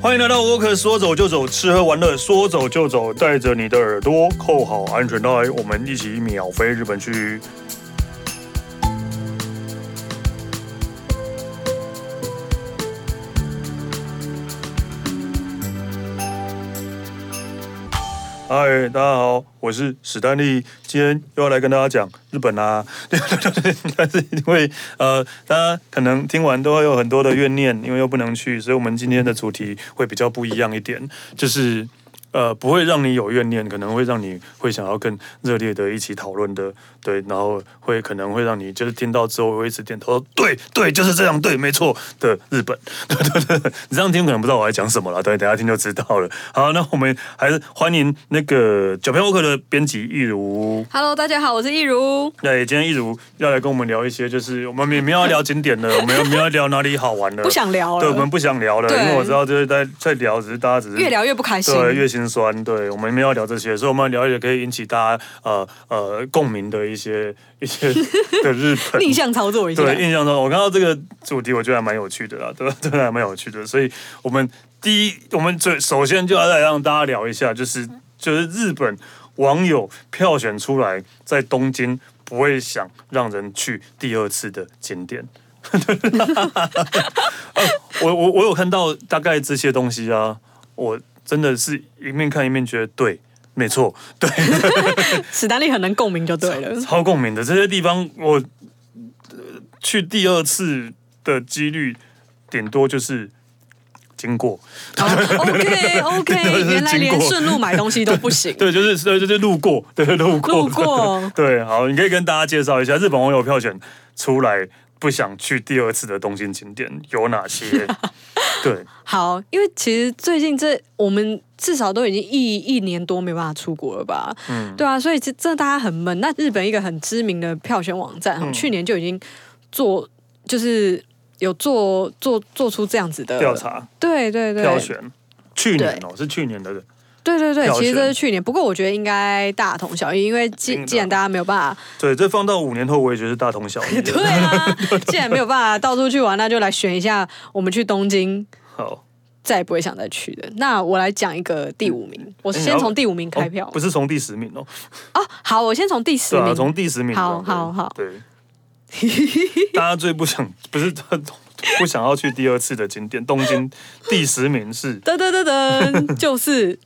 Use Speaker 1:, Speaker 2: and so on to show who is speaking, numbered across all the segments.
Speaker 1: 欢迎来到沃克，说走就走，吃喝玩乐说走就走，带着你的耳朵扣好安全带，我们一起秒飞日本去。嗨，大家好，我是史丹利，今天又要来跟大家讲日本啦、但是因为呃，大家可能听完都会有很多的怨念，因为又不能去，所以我们今天的主题会比较不一样一点，就是呃，不会让你有怨念，可能会让你会想要更热烈的一起讨论的，对，然后会可能会让你就是听到之后会一直点头，对对，就是这样，对，没错的日本，对对对，你这样听可能不知道我在讲什么了，对，等一下听就知道了。好，那我们还是欢迎那个九片沃克的编辑易如。
Speaker 2: Hello，大家好，我是易如。
Speaker 1: 对，今天一如要来跟我们聊一些，就是我们也没有要聊景点的，我们也没有要聊哪里好玩的，
Speaker 2: 不想聊了
Speaker 1: 对，我们不想聊了，
Speaker 2: 对
Speaker 1: 因为我知道就是在在聊，只是大家只是
Speaker 2: 越聊越不开心。
Speaker 1: 对，越心酸。对，我们没有要聊这些，所以我们要聊一些可以引起大家呃呃共鸣的一些一些的日本
Speaker 2: 逆向操作一下。
Speaker 1: 对，印象中我看到这个主题，我觉得还蛮有趣的啦，对吧？ 真的还蛮有趣的。所以我们第一，我们最首先就要来让大家聊一下，就是就是日本网友票选出来在东京不会想让人去第二次的景点。 呃我我我有看到大概这些东西啊，我真的是一面看一面觉得对，没错，对，
Speaker 2: 史丹利很能共鸣就 对了。
Speaker 1: 超共鸣的这些地方，我、呃去第二次的几率顶多就是经过，
Speaker 2: OK OK，
Speaker 1: 就是
Speaker 2: 原来
Speaker 1: 经
Speaker 2: 连
Speaker 1: 过
Speaker 2: 顺路买东西都不 行。
Speaker 1: 对，就是对，就是路过，对，路过，
Speaker 2: 路过
Speaker 1: 对，好，你可以跟大家介绍一下日本网友票选出来不想去第二次的东京景点有哪些？ 对，
Speaker 2: 好，因为其实最近这我们至少都已经一一年多没办法出国了吧？
Speaker 1: 嗯
Speaker 2: 对啊，所以这这大家很闷。那日本一个很知名的票选网
Speaker 1: 嗯
Speaker 2: 站，去年就已经做，就是有做做做出这样子的
Speaker 1: 调，查
Speaker 2: 对对对，
Speaker 1: 票选，去年哦，是去年的
Speaker 2: 对对对
Speaker 1: 票，选
Speaker 2: 其实这是去年，不过我觉得应该大同小异，因为
Speaker 1: 定
Speaker 2: 既
Speaker 1: 的
Speaker 2: 既然大家没有办法，
Speaker 1: 对，这放到五年后，我也觉得是大同小异的。
Speaker 2: 对啊，既然没有办法到处去玩，那就来选一下我们去东京
Speaker 1: 好，
Speaker 2: 再也不会想再去的。那我来讲一个第五名，我是
Speaker 1: 哎
Speaker 2: 先
Speaker 1: 你要
Speaker 2: 从第五名开票
Speaker 1: 哦不是从第十名哦，
Speaker 2: 哦。好，我先从第十
Speaker 1: 对啊，
Speaker 2: 名，
Speaker 1: 从第十名
Speaker 2: 好
Speaker 1: 这样子
Speaker 2: 好好
Speaker 1: 对， 大家最不想不是不想要去第二次的景点，东京第十名是
Speaker 2: 噔噔噔噔，就是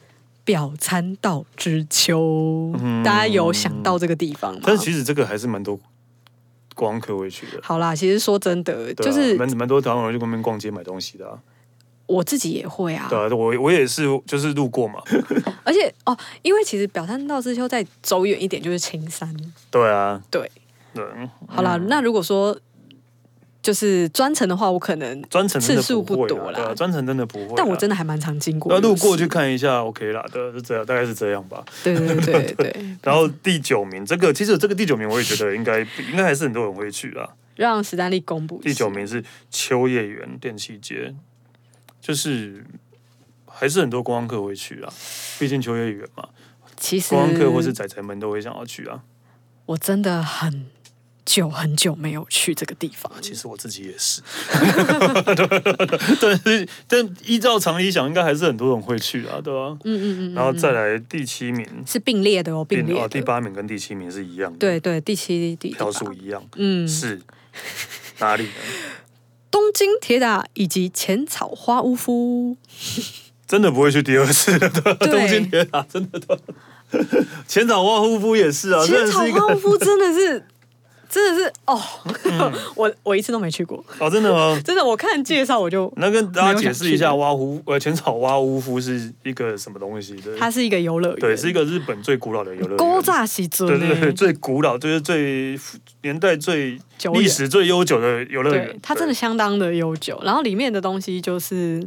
Speaker 2: 表参道之丘。大家有想到这个地方吗？
Speaker 1: 嗯但是其实这个还是蛮多观光客会去的，
Speaker 2: 好啦，其实说真的，
Speaker 1: 对啊
Speaker 2: 就是
Speaker 1: 蛮蛮多台湾人去那边逛街买东西的、啊，
Speaker 2: 我自己也会啊
Speaker 1: 对，啊，我我也是就是路过嘛，
Speaker 2: 而且哦，因为其实表参道之丘再走远一点就是青山，
Speaker 1: 对啊，
Speaker 2: 对。
Speaker 1: 对，
Speaker 2: 好
Speaker 1: 嗯
Speaker 2: 啦，那如果说就是专程的话，我可能，
Speaker 1: 专程真的
Speaker 2: 次数
Speaker 1: 会
Speaker 2: 不多
Speaker 1: 啦，对啊
Speaker 2: 啦
Speaker 1: 专程真的不会啦，
Speaker 2: 但我真的还蛮常经过
Speaker 1: 那
Speaker 2: 的。
Speaker 1: 路过去看一下，OK 啦，对，啊是这样，大概是这样吧。
Speaker 2: 对对 对对对，
Speaker 1: 然后第九名，这个其实这个第九名我也觉得应该应该还是很多人会去啊啦。
Speaker 2: 让史丹利公布一下
Speaker 1: 第九。名是秋叶原电器街，就是还是很多观光客会去啊，毕竟秋叶原嘛，
Speaker 2: 其实
Speaker 1: 观光客或是仔仔们都会想要去啊。
Speaker 2: 我真的很久很久没有去这个地方。
Speaker 1: 其实我自己也 是，但是但依照常理想，应该还是很多人会去啊，对吧、
Speaker 2: 嗯嗯嗯，
Speaker 1: 然后再来第七名，
Speaker 2: 是并列的哦，并列
Speaker 1: 哦
Speaker 2: 的。
Speaker 1: 第八名跟第七名是一样的，
Speaker 2: 对，对，第七第第八
Speaker 1: 票数一样，
Speaker 2: 嗯，
Speaker 1: 是哪里呢？
Speaker 2: 东京铁塔以及浅草花 屋夫。
Speaker 1: 真的不会去第二次的，东京铁塔真的都。 浅草花护肤也是啊，真
Speaker 2: 浅
Speaker 1: 的
Speaker 2: 草
Speaker 1: 是一个
Speaker 2: 花屋夫真的是， 真的是哦，
Speaker 1: 嗯
Speaker 2: 我我一次都没去过。
Speaker 1: 哦，真的吗？
Speaker 2: 真的，我看介绍我就，
Speaker 1: 那跟大家解释一
Speaker 2: 没有想去
Speaker 1: 下，
Speaker 2: 的
Speaker 1: 蛙湖呃浅草蛙屋夫是一个什么东西？对，
Speaker 2: 它是一个游乐园，
Speaker 1: 对，是一个日本最古老的游乐
Speaker 2: 勾
Speaker 1: 园。
Speaker 2: 炸喜尊
Speaker 1: 对对对，
Speaker 2: 欸，
Speaker 1: 最古老就是最年代最
Speaker 2: 久远
Speaker 1: 历史最悠久的游乐园
Speaker 2: 对，，它真的相当的悠久。然后里面的东西就是，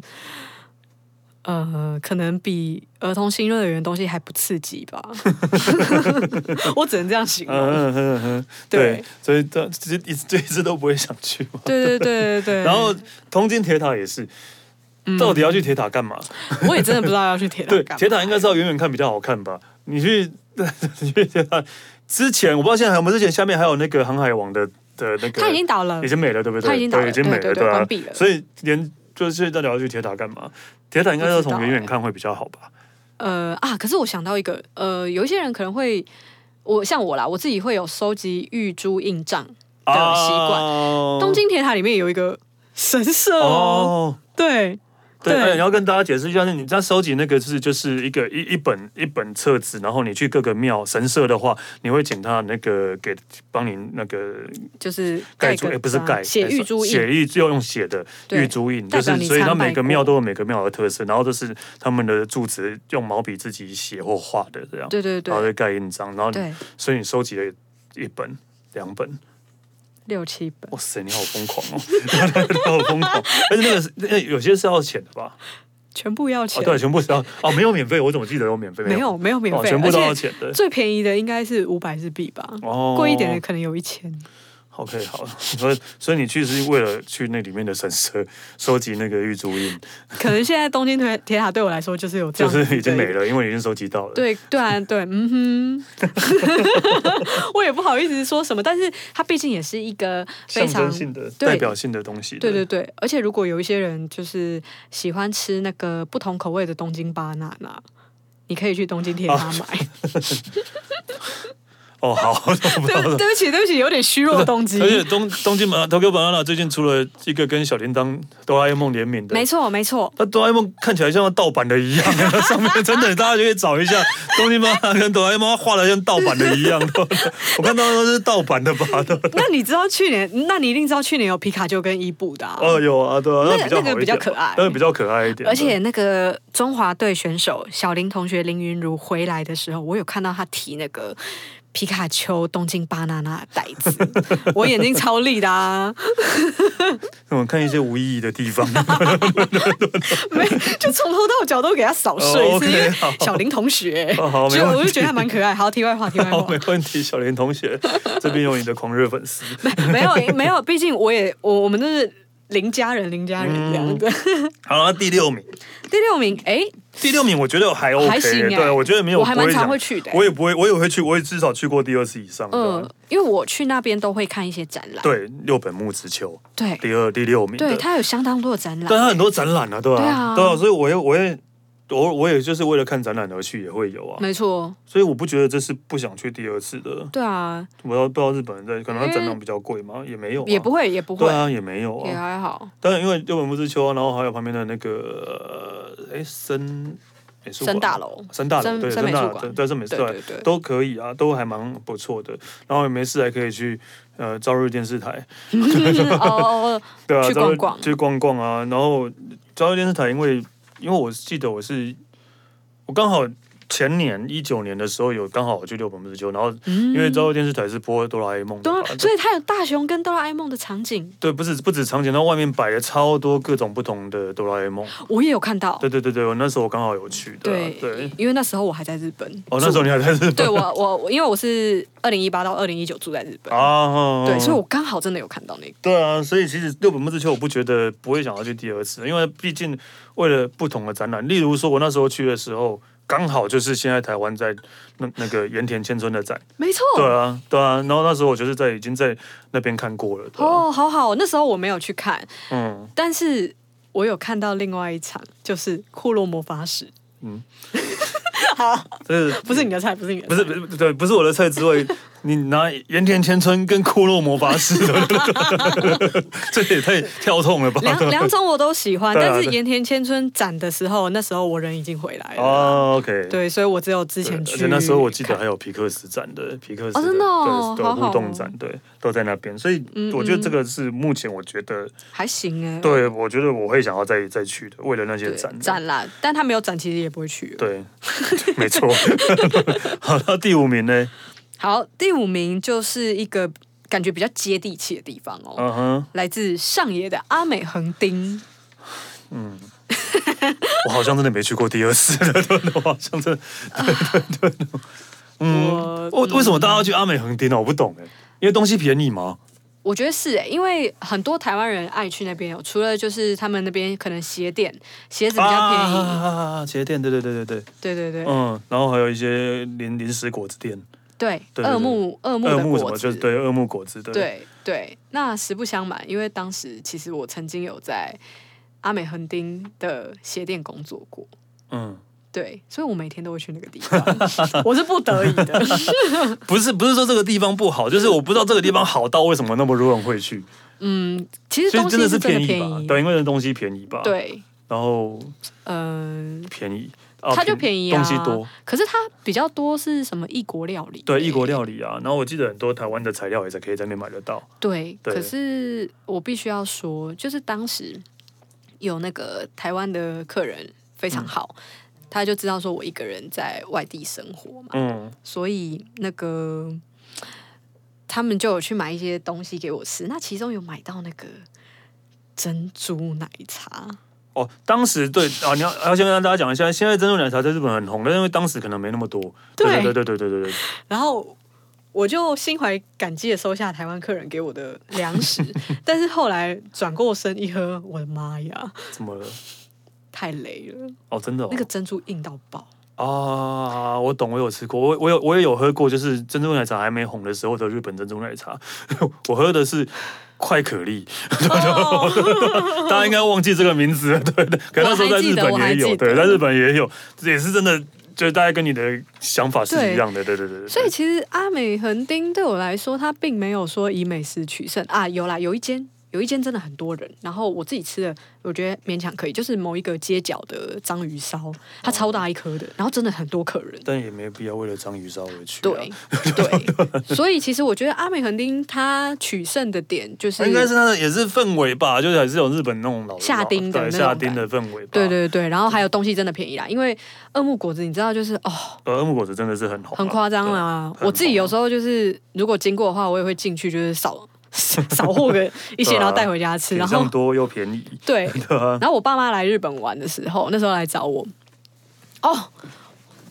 Speaker 2: 呃，可能比儿童新乐园东西还不刺激 吧，我只能这样形容。
Speaker 1: 嗯嗯嗯嗯，对
Speaker 2: 对，
Speaker 1: 所以这这一这一次都不会想去嘛。
Speaker 2: 对对对对对。
Speaker 1: 然后东京铁塔也是，
Speaker 2: 嗯
Speaker 1: 到底要去铁塔干嘛？
Speaker 2: 我也真的不知道要去铁塔
Speaker 1: 对，
Speaker 2: 干嘛。
Speaker 1: 铁塔应该是要远远看比较好看吧？你去， 你去铁塔之前，我不知道现在还有没有，之前下面还有那个航海王的的那个，
Speaker 2: 它已经倒了
Speaker 1: 已，经没了，对不对？
Speaker 2: 它已经倒了
Speaker 1: 对，已经没
Speaker 2: 对对对
Speaker 1: 对吧？
Speaker 2: 关闭了
Speaker 1: 所以连就是到底要去铁塔干嘛？铁塔应该要从远远看会比较好吧？
Speaker 2: 呃啊，可是我想到一个，呃，有一些人可能会，我像我啦，我自己会有收集玉珠印章。的习惯
Speaker 1: 哦
Speaker 2: 东京铁塔里面有一个神社哦，
Speaker 1: 哦，
Speaker 2: 对，
Speaker 1: 对，
Speaker 2: 对
Speaker 1: 哎你要跟大家解释一下，你在收集那个是就是一个一一本一本册子，然后你去各个庙神社的话，你会请他那个给帮你那个
Speaker 2: 就是
Speaker 1: 盖
Speaker 2: 住
Speaker 1: 住，哎，不是盖，
Speaker 2: 写玉珠印，
Speaker 1: 写玉要用写的
Speaker 2: 对
Speaker 1: 玉珠印，
Speaker 2: 代
Speaker 1: 就
Speaker 2: 表
Speaker 1: 是
Speaker 2: 你
Speaker 1: 所以它
Speaker 2: 参拜
Speaker 1: 每个
Speaker 2: 过
Speaker 1: 庙都有每个庙的特色，然后都是他们的住址用毛笔自己写或画的嗯这样，
Speaker 2: 对对
Speaker 1: 然后再
Speaker 2: 对
Speaker 1: 盖印章，然后你
Speaker 2: 对，
Speaker 1: 所以你收集了一本。两本，
Speaker 2: 六七本，
Speaker 1: 哇塞，你好疯狂哦， 你好疯狂！而且那个是那有些是要钱的吧？
Speaker 2: 全部要
Speaker 1: 哦，
Speaker 2: 钱，
Speaker 1: 对，全部是要哦，没有免费，我怎么记得有免费？
Speaker 2: 没有没有免
Speaker 1: 哦，
Speaker 2: 费，
Speaker 1: 全部
Speaker 2: 而
Speaker 1: 都
Speaker 2: 且
Speaker 1: 要钱的。
Speaker 2: 最便宜的应该是五百日币吧，
Speaker 1: 哦，
Speaker 2: 贵一点的。可能有一千。
Speaker 1: OK，好，所以所以你去是为了去那里面的神社收集那个玉珠印，
Speaker 2: 可能现在东京铁铁塔对我来说就是有这
Speaker 1: 就
Speaker 2: 样子的
Speaker 1: 是已
Speaker 2: 一个，
Speaker 1: 经没了，因为你已经收集到了。，
Speaker 2: 对对啊，对，嗯哼， 我也不好意思说什么，但是它毕竟也是一个非
Speaker 1: 象
Speaker 2: 常
Speaker 1: 征性的、
Speaker 2: 对
Speaker 1: 代表性的东西。
Speaker 2: 对对对，而且如果有一些人就是喜欢吃那个不同口味的东京巴拿拿，你可以去东京铁塔买。
Speaker 1: 哦，好，
Speaker 2: 对不对不起，对不起，有点虚弱东
Speaker 1: 而
Speaker 2: 京。
Speaker 1: 且东东京马 Tokyo Banana 最近出了一个跟小铃铛哆啦 A 梦联名的，
Speaker 2: 没错，没错，
Speaker 1: 那哆啦 A 梦看起来像盗版的一样， 上面真的大家就可以找一下，东京妈妈跟哆啦 A 梦画的像盗版的一样， 对不对我看到都是盗版的吧？ 对不对
Speaker 2: 那你知道去年？那你一定知道去年有皮卡丘跟伊布的、啊。
Speaker 1: 哦，有啊，对啊，
Speaker 2: 那个
Speaker 1: 比较好一
Speaker 2: 那
Speaker 1: 点
Speaker 2: 个比较可爱
Speaker 1: 那个比较可爱一点，
Speaker 2: 而且那个中华队选手小林同学林云如回来的时候，我有看到他提那个皮卡丘东京巴拿那的袋 子，我眼睛超利的啊，
Speaker 1: 对我看一些无意义的地方，
Speaker 2: 没就从头到脚都给他扫射
Speaker 1: 哦
Speaker 2: 一次，
Speaker 1: ，OK，
Speaker 2: 因为
Speaker 1: 好
Speaker 2: 小林同学，
Speaker 1: 哦好
Speaker 2: 所以
Speaker 1: 没问哦
Speaker 2: 我就觉得还蛮可爱。好，题外话，题外
Speaker 1: 好，
Speaker 2: 话，
Speaker 1: 没问题，小林同学，这边有你的狂热粉丝，
Speaker 2: 没有没有，毕竟我也我我们都是邻家人，邻家人这样
Speaker 1: 嗯
Speaker 2: 的。
Speaker 1: 好，那第六名。
Speaker 2: 第六名，哎，
Speaker 1: 第六名我觉得还 OK，
Speaker 2: 还行欸
Speaker 1: 对我觉得没有，
Speaker 2: 我还蛮
Speaker 1: 不
Speaker 2: 常
Speaker 1: 讲
Speaker 2: 会去的欸
Speaker 1: 我也不会，我也会去，我也至少去过第二次以上。
Speaker 2: 嗯
Speaker 1: 嗯，，
Speaker 2: 因为我去那边都会看一些展览，
Speaker 1: 对，六本木之丘，
Speaker 2: 对
Speaker 1: 第二、第六名的，
Speaker 2: 对，它有相当多的展览，
Speaker 1: 但它很多展览啊，对吧、
Speaker 2: 对啊
Speaker 1: 对啊，所以我也我也我我也就是为了看展览而去，也会有啊，
Speaker 2: 没错，
Speaker 1: 所以我不觉得这是不想去第二次的。
Speaker 2: 对啊，
Speaker 1: 我要不知道日本人在，可能
Speaker 2: 因
Speaker 1: 它
Speaker 2: 为
Speaker 1: 展览比较贵嘛，也没有、啊，
Speaker 2: 嗯也不会，也不会，
Speaker 1: 对啊，也没有
Speaker 2: 也
Speaker 1: 啊。
Speaker 2: 还好。
Speaker 1: 当然，因为六本木之丘啊，然后还有旁边的那个呃哎森美术馆
Speaker 2: 森大楼
Speaker 1: 森大楼
Speaker 2: 森
Speaker 1: 对
Speaker 2: 森
Speaker 1: 森
Speaker 2: 美
Speaker 1: 大
Speaker 2: 术
Speaker 1: 楼
Speaker 2: 馆
Speaker 1: 对对森美术
Speaker 2: 对
Speaker 1: 馆
Speaker 2: 对对
Speaker 1: 都可以啊，都还蛮不错的。然后也没事还可以去呃朝日电视台，
Speaker 2: 哦 哦，哦
Speaker 1: 对啊，
Speaker 2: 去
Speaker 1: 咱们
Speaker 2: 逛逛
Speaker 1: 去逛逛啊。然后朝日电视台，因为因为我记得我是我刚好前年一九年的时候有刚好我去六本木之丘，然后
Speaker 2: 嗯
Speaker 1: 因为朝日电视台是播哆啦 A 梦的
Speaker 2: 对
Speaker 1: 嘛，
Speaker 2: 啊，所以它有大雄跟哆啦 A 梦的场景，
Speaker 1: 对，不止不止场景，它外面摆了超多各种不同的哆啦 A 梦。
Speaker 2: 我也有看到
Speaker 1: 对。对对对，我那时候我刚好有去的啊，对。
Speaker 2: 因为那时候我还在日本。
Speaker 1: 哦，那时候你还在日本
Speaker 2: 对我我我因为我是二零一八到二零一九住在日本，
Speaker 1: 啊？
Speaker 2: 对，所以我刚好真的有看到那个。
Speaker 1: 对啊，所以其实六本木之丘，我不觉得不会想要去第二次，因为毕竟为了不同的展览，例如说我那时候去的时候，刚好就是现在台湾在那那个盐田千春的展，
Speaker 2: 没错。
Speaker 1: 对啊，对啊，然后那时候我就是在已经在那边看过了，对啊
Speaker 2: 哦，好好，那时候我没有去看，
Speaker 1: 嗯
Speaker 2: 但是我有看到另外一场，就是《库洛魔法使》。
Speaker 1: 嗯，
Speaker 2: 好，
Speaker 1: 这
Speaker 2: 不是你的菜，不是你的
Speaker 1: 不
Speaker 2: 菜，
Speaker 1: 是不是对，不是我的菜之外，你拿盐田千春跟骷髅魔法师， 这也太跳痛了吧？
Speaker 2: 两两种我都喜欢，
Speaker 1: 对啊
Speaker 2: 但是
Speaker 1: 对
Speaker 2: 盐田千春展的时候，那时候我人已经回来了。
Speaker 1: 哦，OK，。
Speaker 2: 对，所以我只有
Speaker 1: 对
Speaker 2: 之前
Speaker 1: 而
Speaker 2: 去。
Speaker 1: 且那时候我记得还有皮克斯展的皮克斯
Speaker 2: 哦真的哦
Speaker 1: 对
Speaker 2: 好
Speaker 1: 对
Speaker 2: 好哦
Speaker 1: 互动展，对，都在那边，所以
Speaker 2: 嗯
Speaker 1: 我觉得这个是目前我觉得，
Speaker 2: 还行哎、
Speaker 1: 对我觉得我会想要再再去的，为了那些
Speaker 2: 对
Speaker 1: 展
Speaker 2: 展啦，但他没有展，其实也不会去。
Speaker 1: 对，没错。好，到第五名呢？
Speaker 2: 好，第五名就是一个感觉比较接地气的地方哦，
Speaker 1: 嗯哼，
Speaker 2: 来自上野的阿美横丁。
Speaker 1: 我好像真的没去过第二次了，对我好像真的，对对对。嗯，
Speaker 2: 我
Speaker 1: 为为什么大家要去阿美横丁呢？我不懂哎，因为东西便宜吗？
Speaker 2: 我觉得是哎、因为很多台湾人爱去那边哦，除了就是他们那边可能鞋店鞋子比较便宜，
Speaker 1: 啊，鞋店，对对对对对，
Speaker 2: 对对对、
Speaker 1: 嗯，然后还有一些零零食果子店。
Speaker 2: 对，
Speaker 1: 对对
Speaker 2: 二木二木
Speaker 1: 二
Speaker 2: 的
Speaker 1: 木什
Speaker 2: 果
Speaker 1: 么
Speaker 2: 子，
Speaker 1: 就是对二 木果子对
Speaker 2: 对对，那实不相瞒，因为当时其实我曾经有在阿美横丁的鞋店工作过。
Speaker 1: 嗯，
Speaker 2: 对，所以我每天都会去那个 地方，我是不得已的。
Speaker 1: 不是不是说这个地方不好，就是我不知道这个地方好到为什么那么多人会去，
Speaker 2: 嗯，其实
Speaker 1: 所
Speaker 2: 嗯东
Speaker 1: 以
Speaker 2: 西
Speaker 1: 真的
Speaker 2: 是真
Speaker 1: 便
Speaker 2: 的
Speaker 1: 宜
Speaker 2: 便
Speaker 1: 吧？
Speaker 2: 宜，
Speaker 1: 对，因为那东西便宜吧？，
Speaker 2: 对，
Speaker 1: 然后
Speaker 2: 嗯、
Speaker 1: 便宜，啊
Speaker 2: 它就便宜啊
Speaker 1: 东西多，
Speaker 2: 可是它比较多是什么异国料理？
Speaker 1: 对，异国料理啊。然后我记得很多台湾的材料也是可以在那边买得到。
Speaker 2: 对，
Speaker 1: 对
Speaker 2: 可是我必须要说，就是当时有那个台湾的客人非
Speaker 1: 嗯
Speaker 2: 常好，他就知道说我一个人在外地生活嘛，
Speaker 1: 嗯
Speaker 2: 所以那个他们就有去买一些东西给我吃。那其中有买到那个珍珠奶茶，
Speaker 1: 哦，当时对啊，你要要先跟大家讲一下，现在珍珠奶茶在日本很红，但因为当时可能没那么多。
Speaker 2: 对
Speaker 1: 对对对对对对，
Speaker 2: 然后我就心怀感激的收下台湾客人给我的粮食，但是后来转过身一喝，我的妈呀，
Speaker 1: 怎么了？
Speaker 2: 太雷了，
Speaker 1: 哦，真的、哦、
Speaker 2: 那个珍珠硬到爆。
Speaker 1: 啊，我懂，我有吃过，我我有我也有喝过，就是珍珠奶茶还没红的时候的日本珍珠奶茶， 我喝的是快可丽， 大家应该忘记这个名字了，对对，可能那时候在日本
Speaker 2: 哦我还
Speaker 1: 也
Speaker 2: 记
Speaker 1: 有，
Speaker 2: 得我还记得
Speaker 1: 对，在日本也有，也是真的，就是大家跟你的想法是一样的，对对对对，
Speaker 2: 所以
Speaker 1: 对
Speaker 2: 其实阿美横丁对我来说，它并没有说以美食取胜啊。有啦，有一间，有一间真的很多人，然后我自己吃的，我觉得勉强可以，就是某一个街角的章鱼烧，
Speaker 1: 哦
Speaker 2: 它超大一颗的，然后真的很多客人。
Speaker 1: 但也没必要为了章鱼烧而去、啊，
Speaker 2: 对， 对，所以其实我觉得阿美横丁它取胜的点就是，
Speaker 1: 应该是它的也是氛围吧，就是还是有日本那种老
Speaker 2: 下町的
Speaker 1: 对
Speaker 2: 那种
Speaker 1: 下町的氛围吧，
Speaker 2: 对对对，然后还有东西真的便宜啦，因为二木果子你知道就是哦，
Speaker 1: 呃，恶木果子真的是很红啊、
Speaker 2: 很夸张
Speaker 1: 对
Speaker 2: 啦
Speaker 1: 很。啊
Speaker 2: 我自己有时候就是如果经过的话，我也会进去就是扫 扫货个一些，
Speaker 1: 对啊
Speaker 2: 然后带回 家吃，
Speaker 1: 品
Speaker 2: 然
Speaker 1: 相
Speaker 2: 后
Speaker 1: 多又便宜，
Speaker 2: 对，
Speaker 1: 对啊。
Speaker 2: 然后我爸妈来日本玩的时候，那时候来找我，哦，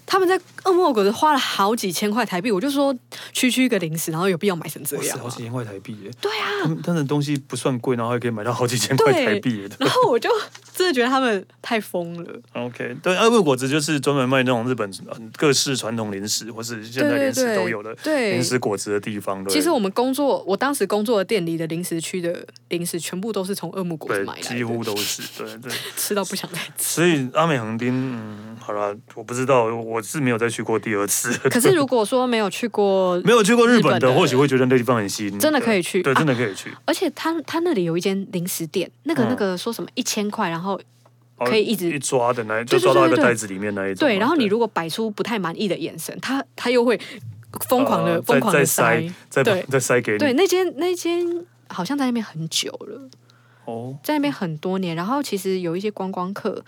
Speaker 2: 他们在恶魔果子花了好几千块台币，我就说区区一个零食，然后有必要买成这
Speaker 1: 哇塞，
Speaker 2: 样吗
Speaker 1: 好几千块台币耶！
Speaker 2: 啊对啊，
Speaker 1: 他们他们的东西不算贵，然后还可以买到好几千块台
Speaker 2: 对
Speaker 1: 币耶。，
Speaker 2: 然后我就真的觉得他们太疯了，
Speaker 1: OK，对，啊二味果子就是专门卖那种日本呃各式传统零食或是现代
Speaker 2: 对对
Speaker 1: 零食
Speaker 2: 对
Speaker 1: 都有的
Speaker 2: 对
Speaker 1: 零食果子的地 方。对
Speaker 2: 其实我们工作，我当时工作的店里的零食区的零食，全部都是从恶魔果子
Speaker 1: 对
Speaker 2: 买来的，
Speaker 1: 几乎都是对对，
Speaker 2: 吃到不想再吃。
Speaker 1: 所以阿美横丁，嗯，好啦，我不知道，我是没有再去过第二次。
Speaker 2: 可是如果说没有去过
Speaker 1: 没有去过日
Speaker 2: 日
Speaker 1: 本
Speaker 2: 本的
Speaker 1: 的，或许会觉得那地方很吸引你，
Speaker 2: 真的可以去
Speaker 1: 对，
Speaker 2: 啊
Speaker 1: 真的可以去，
Speaker 2: 而且他他那里有一间零食店，那个、
Speaker 1: 嗯
Speaker 2: 那个说什么一千块，然后
Speaker 1: 哦
Speaker 2: 可以一直
Speaker 1: 一抓的那一，就
Speaker 2: 对对
Speaker 1: 抓到一个
Speaker 2: 对对
Speaker 1: 袋子里面那一种嘛。
Speaker 2: 对，然后你如果摆出不太满意的眼神，他他又会疯狂的
Speaker 1: 呃
Speaker 2: 疯、狂
Speaker 1: 再
Speaker 2: 的
Speaker 1: 再塞，再
Speaker 2: 对
Speaker 1: 再塞给你。
Speaker 2: 对，那间那间好像在那边很久了，
Speaker 1: 哦，
Speaker 2: 在那边很多年。然后其实有一些观光客，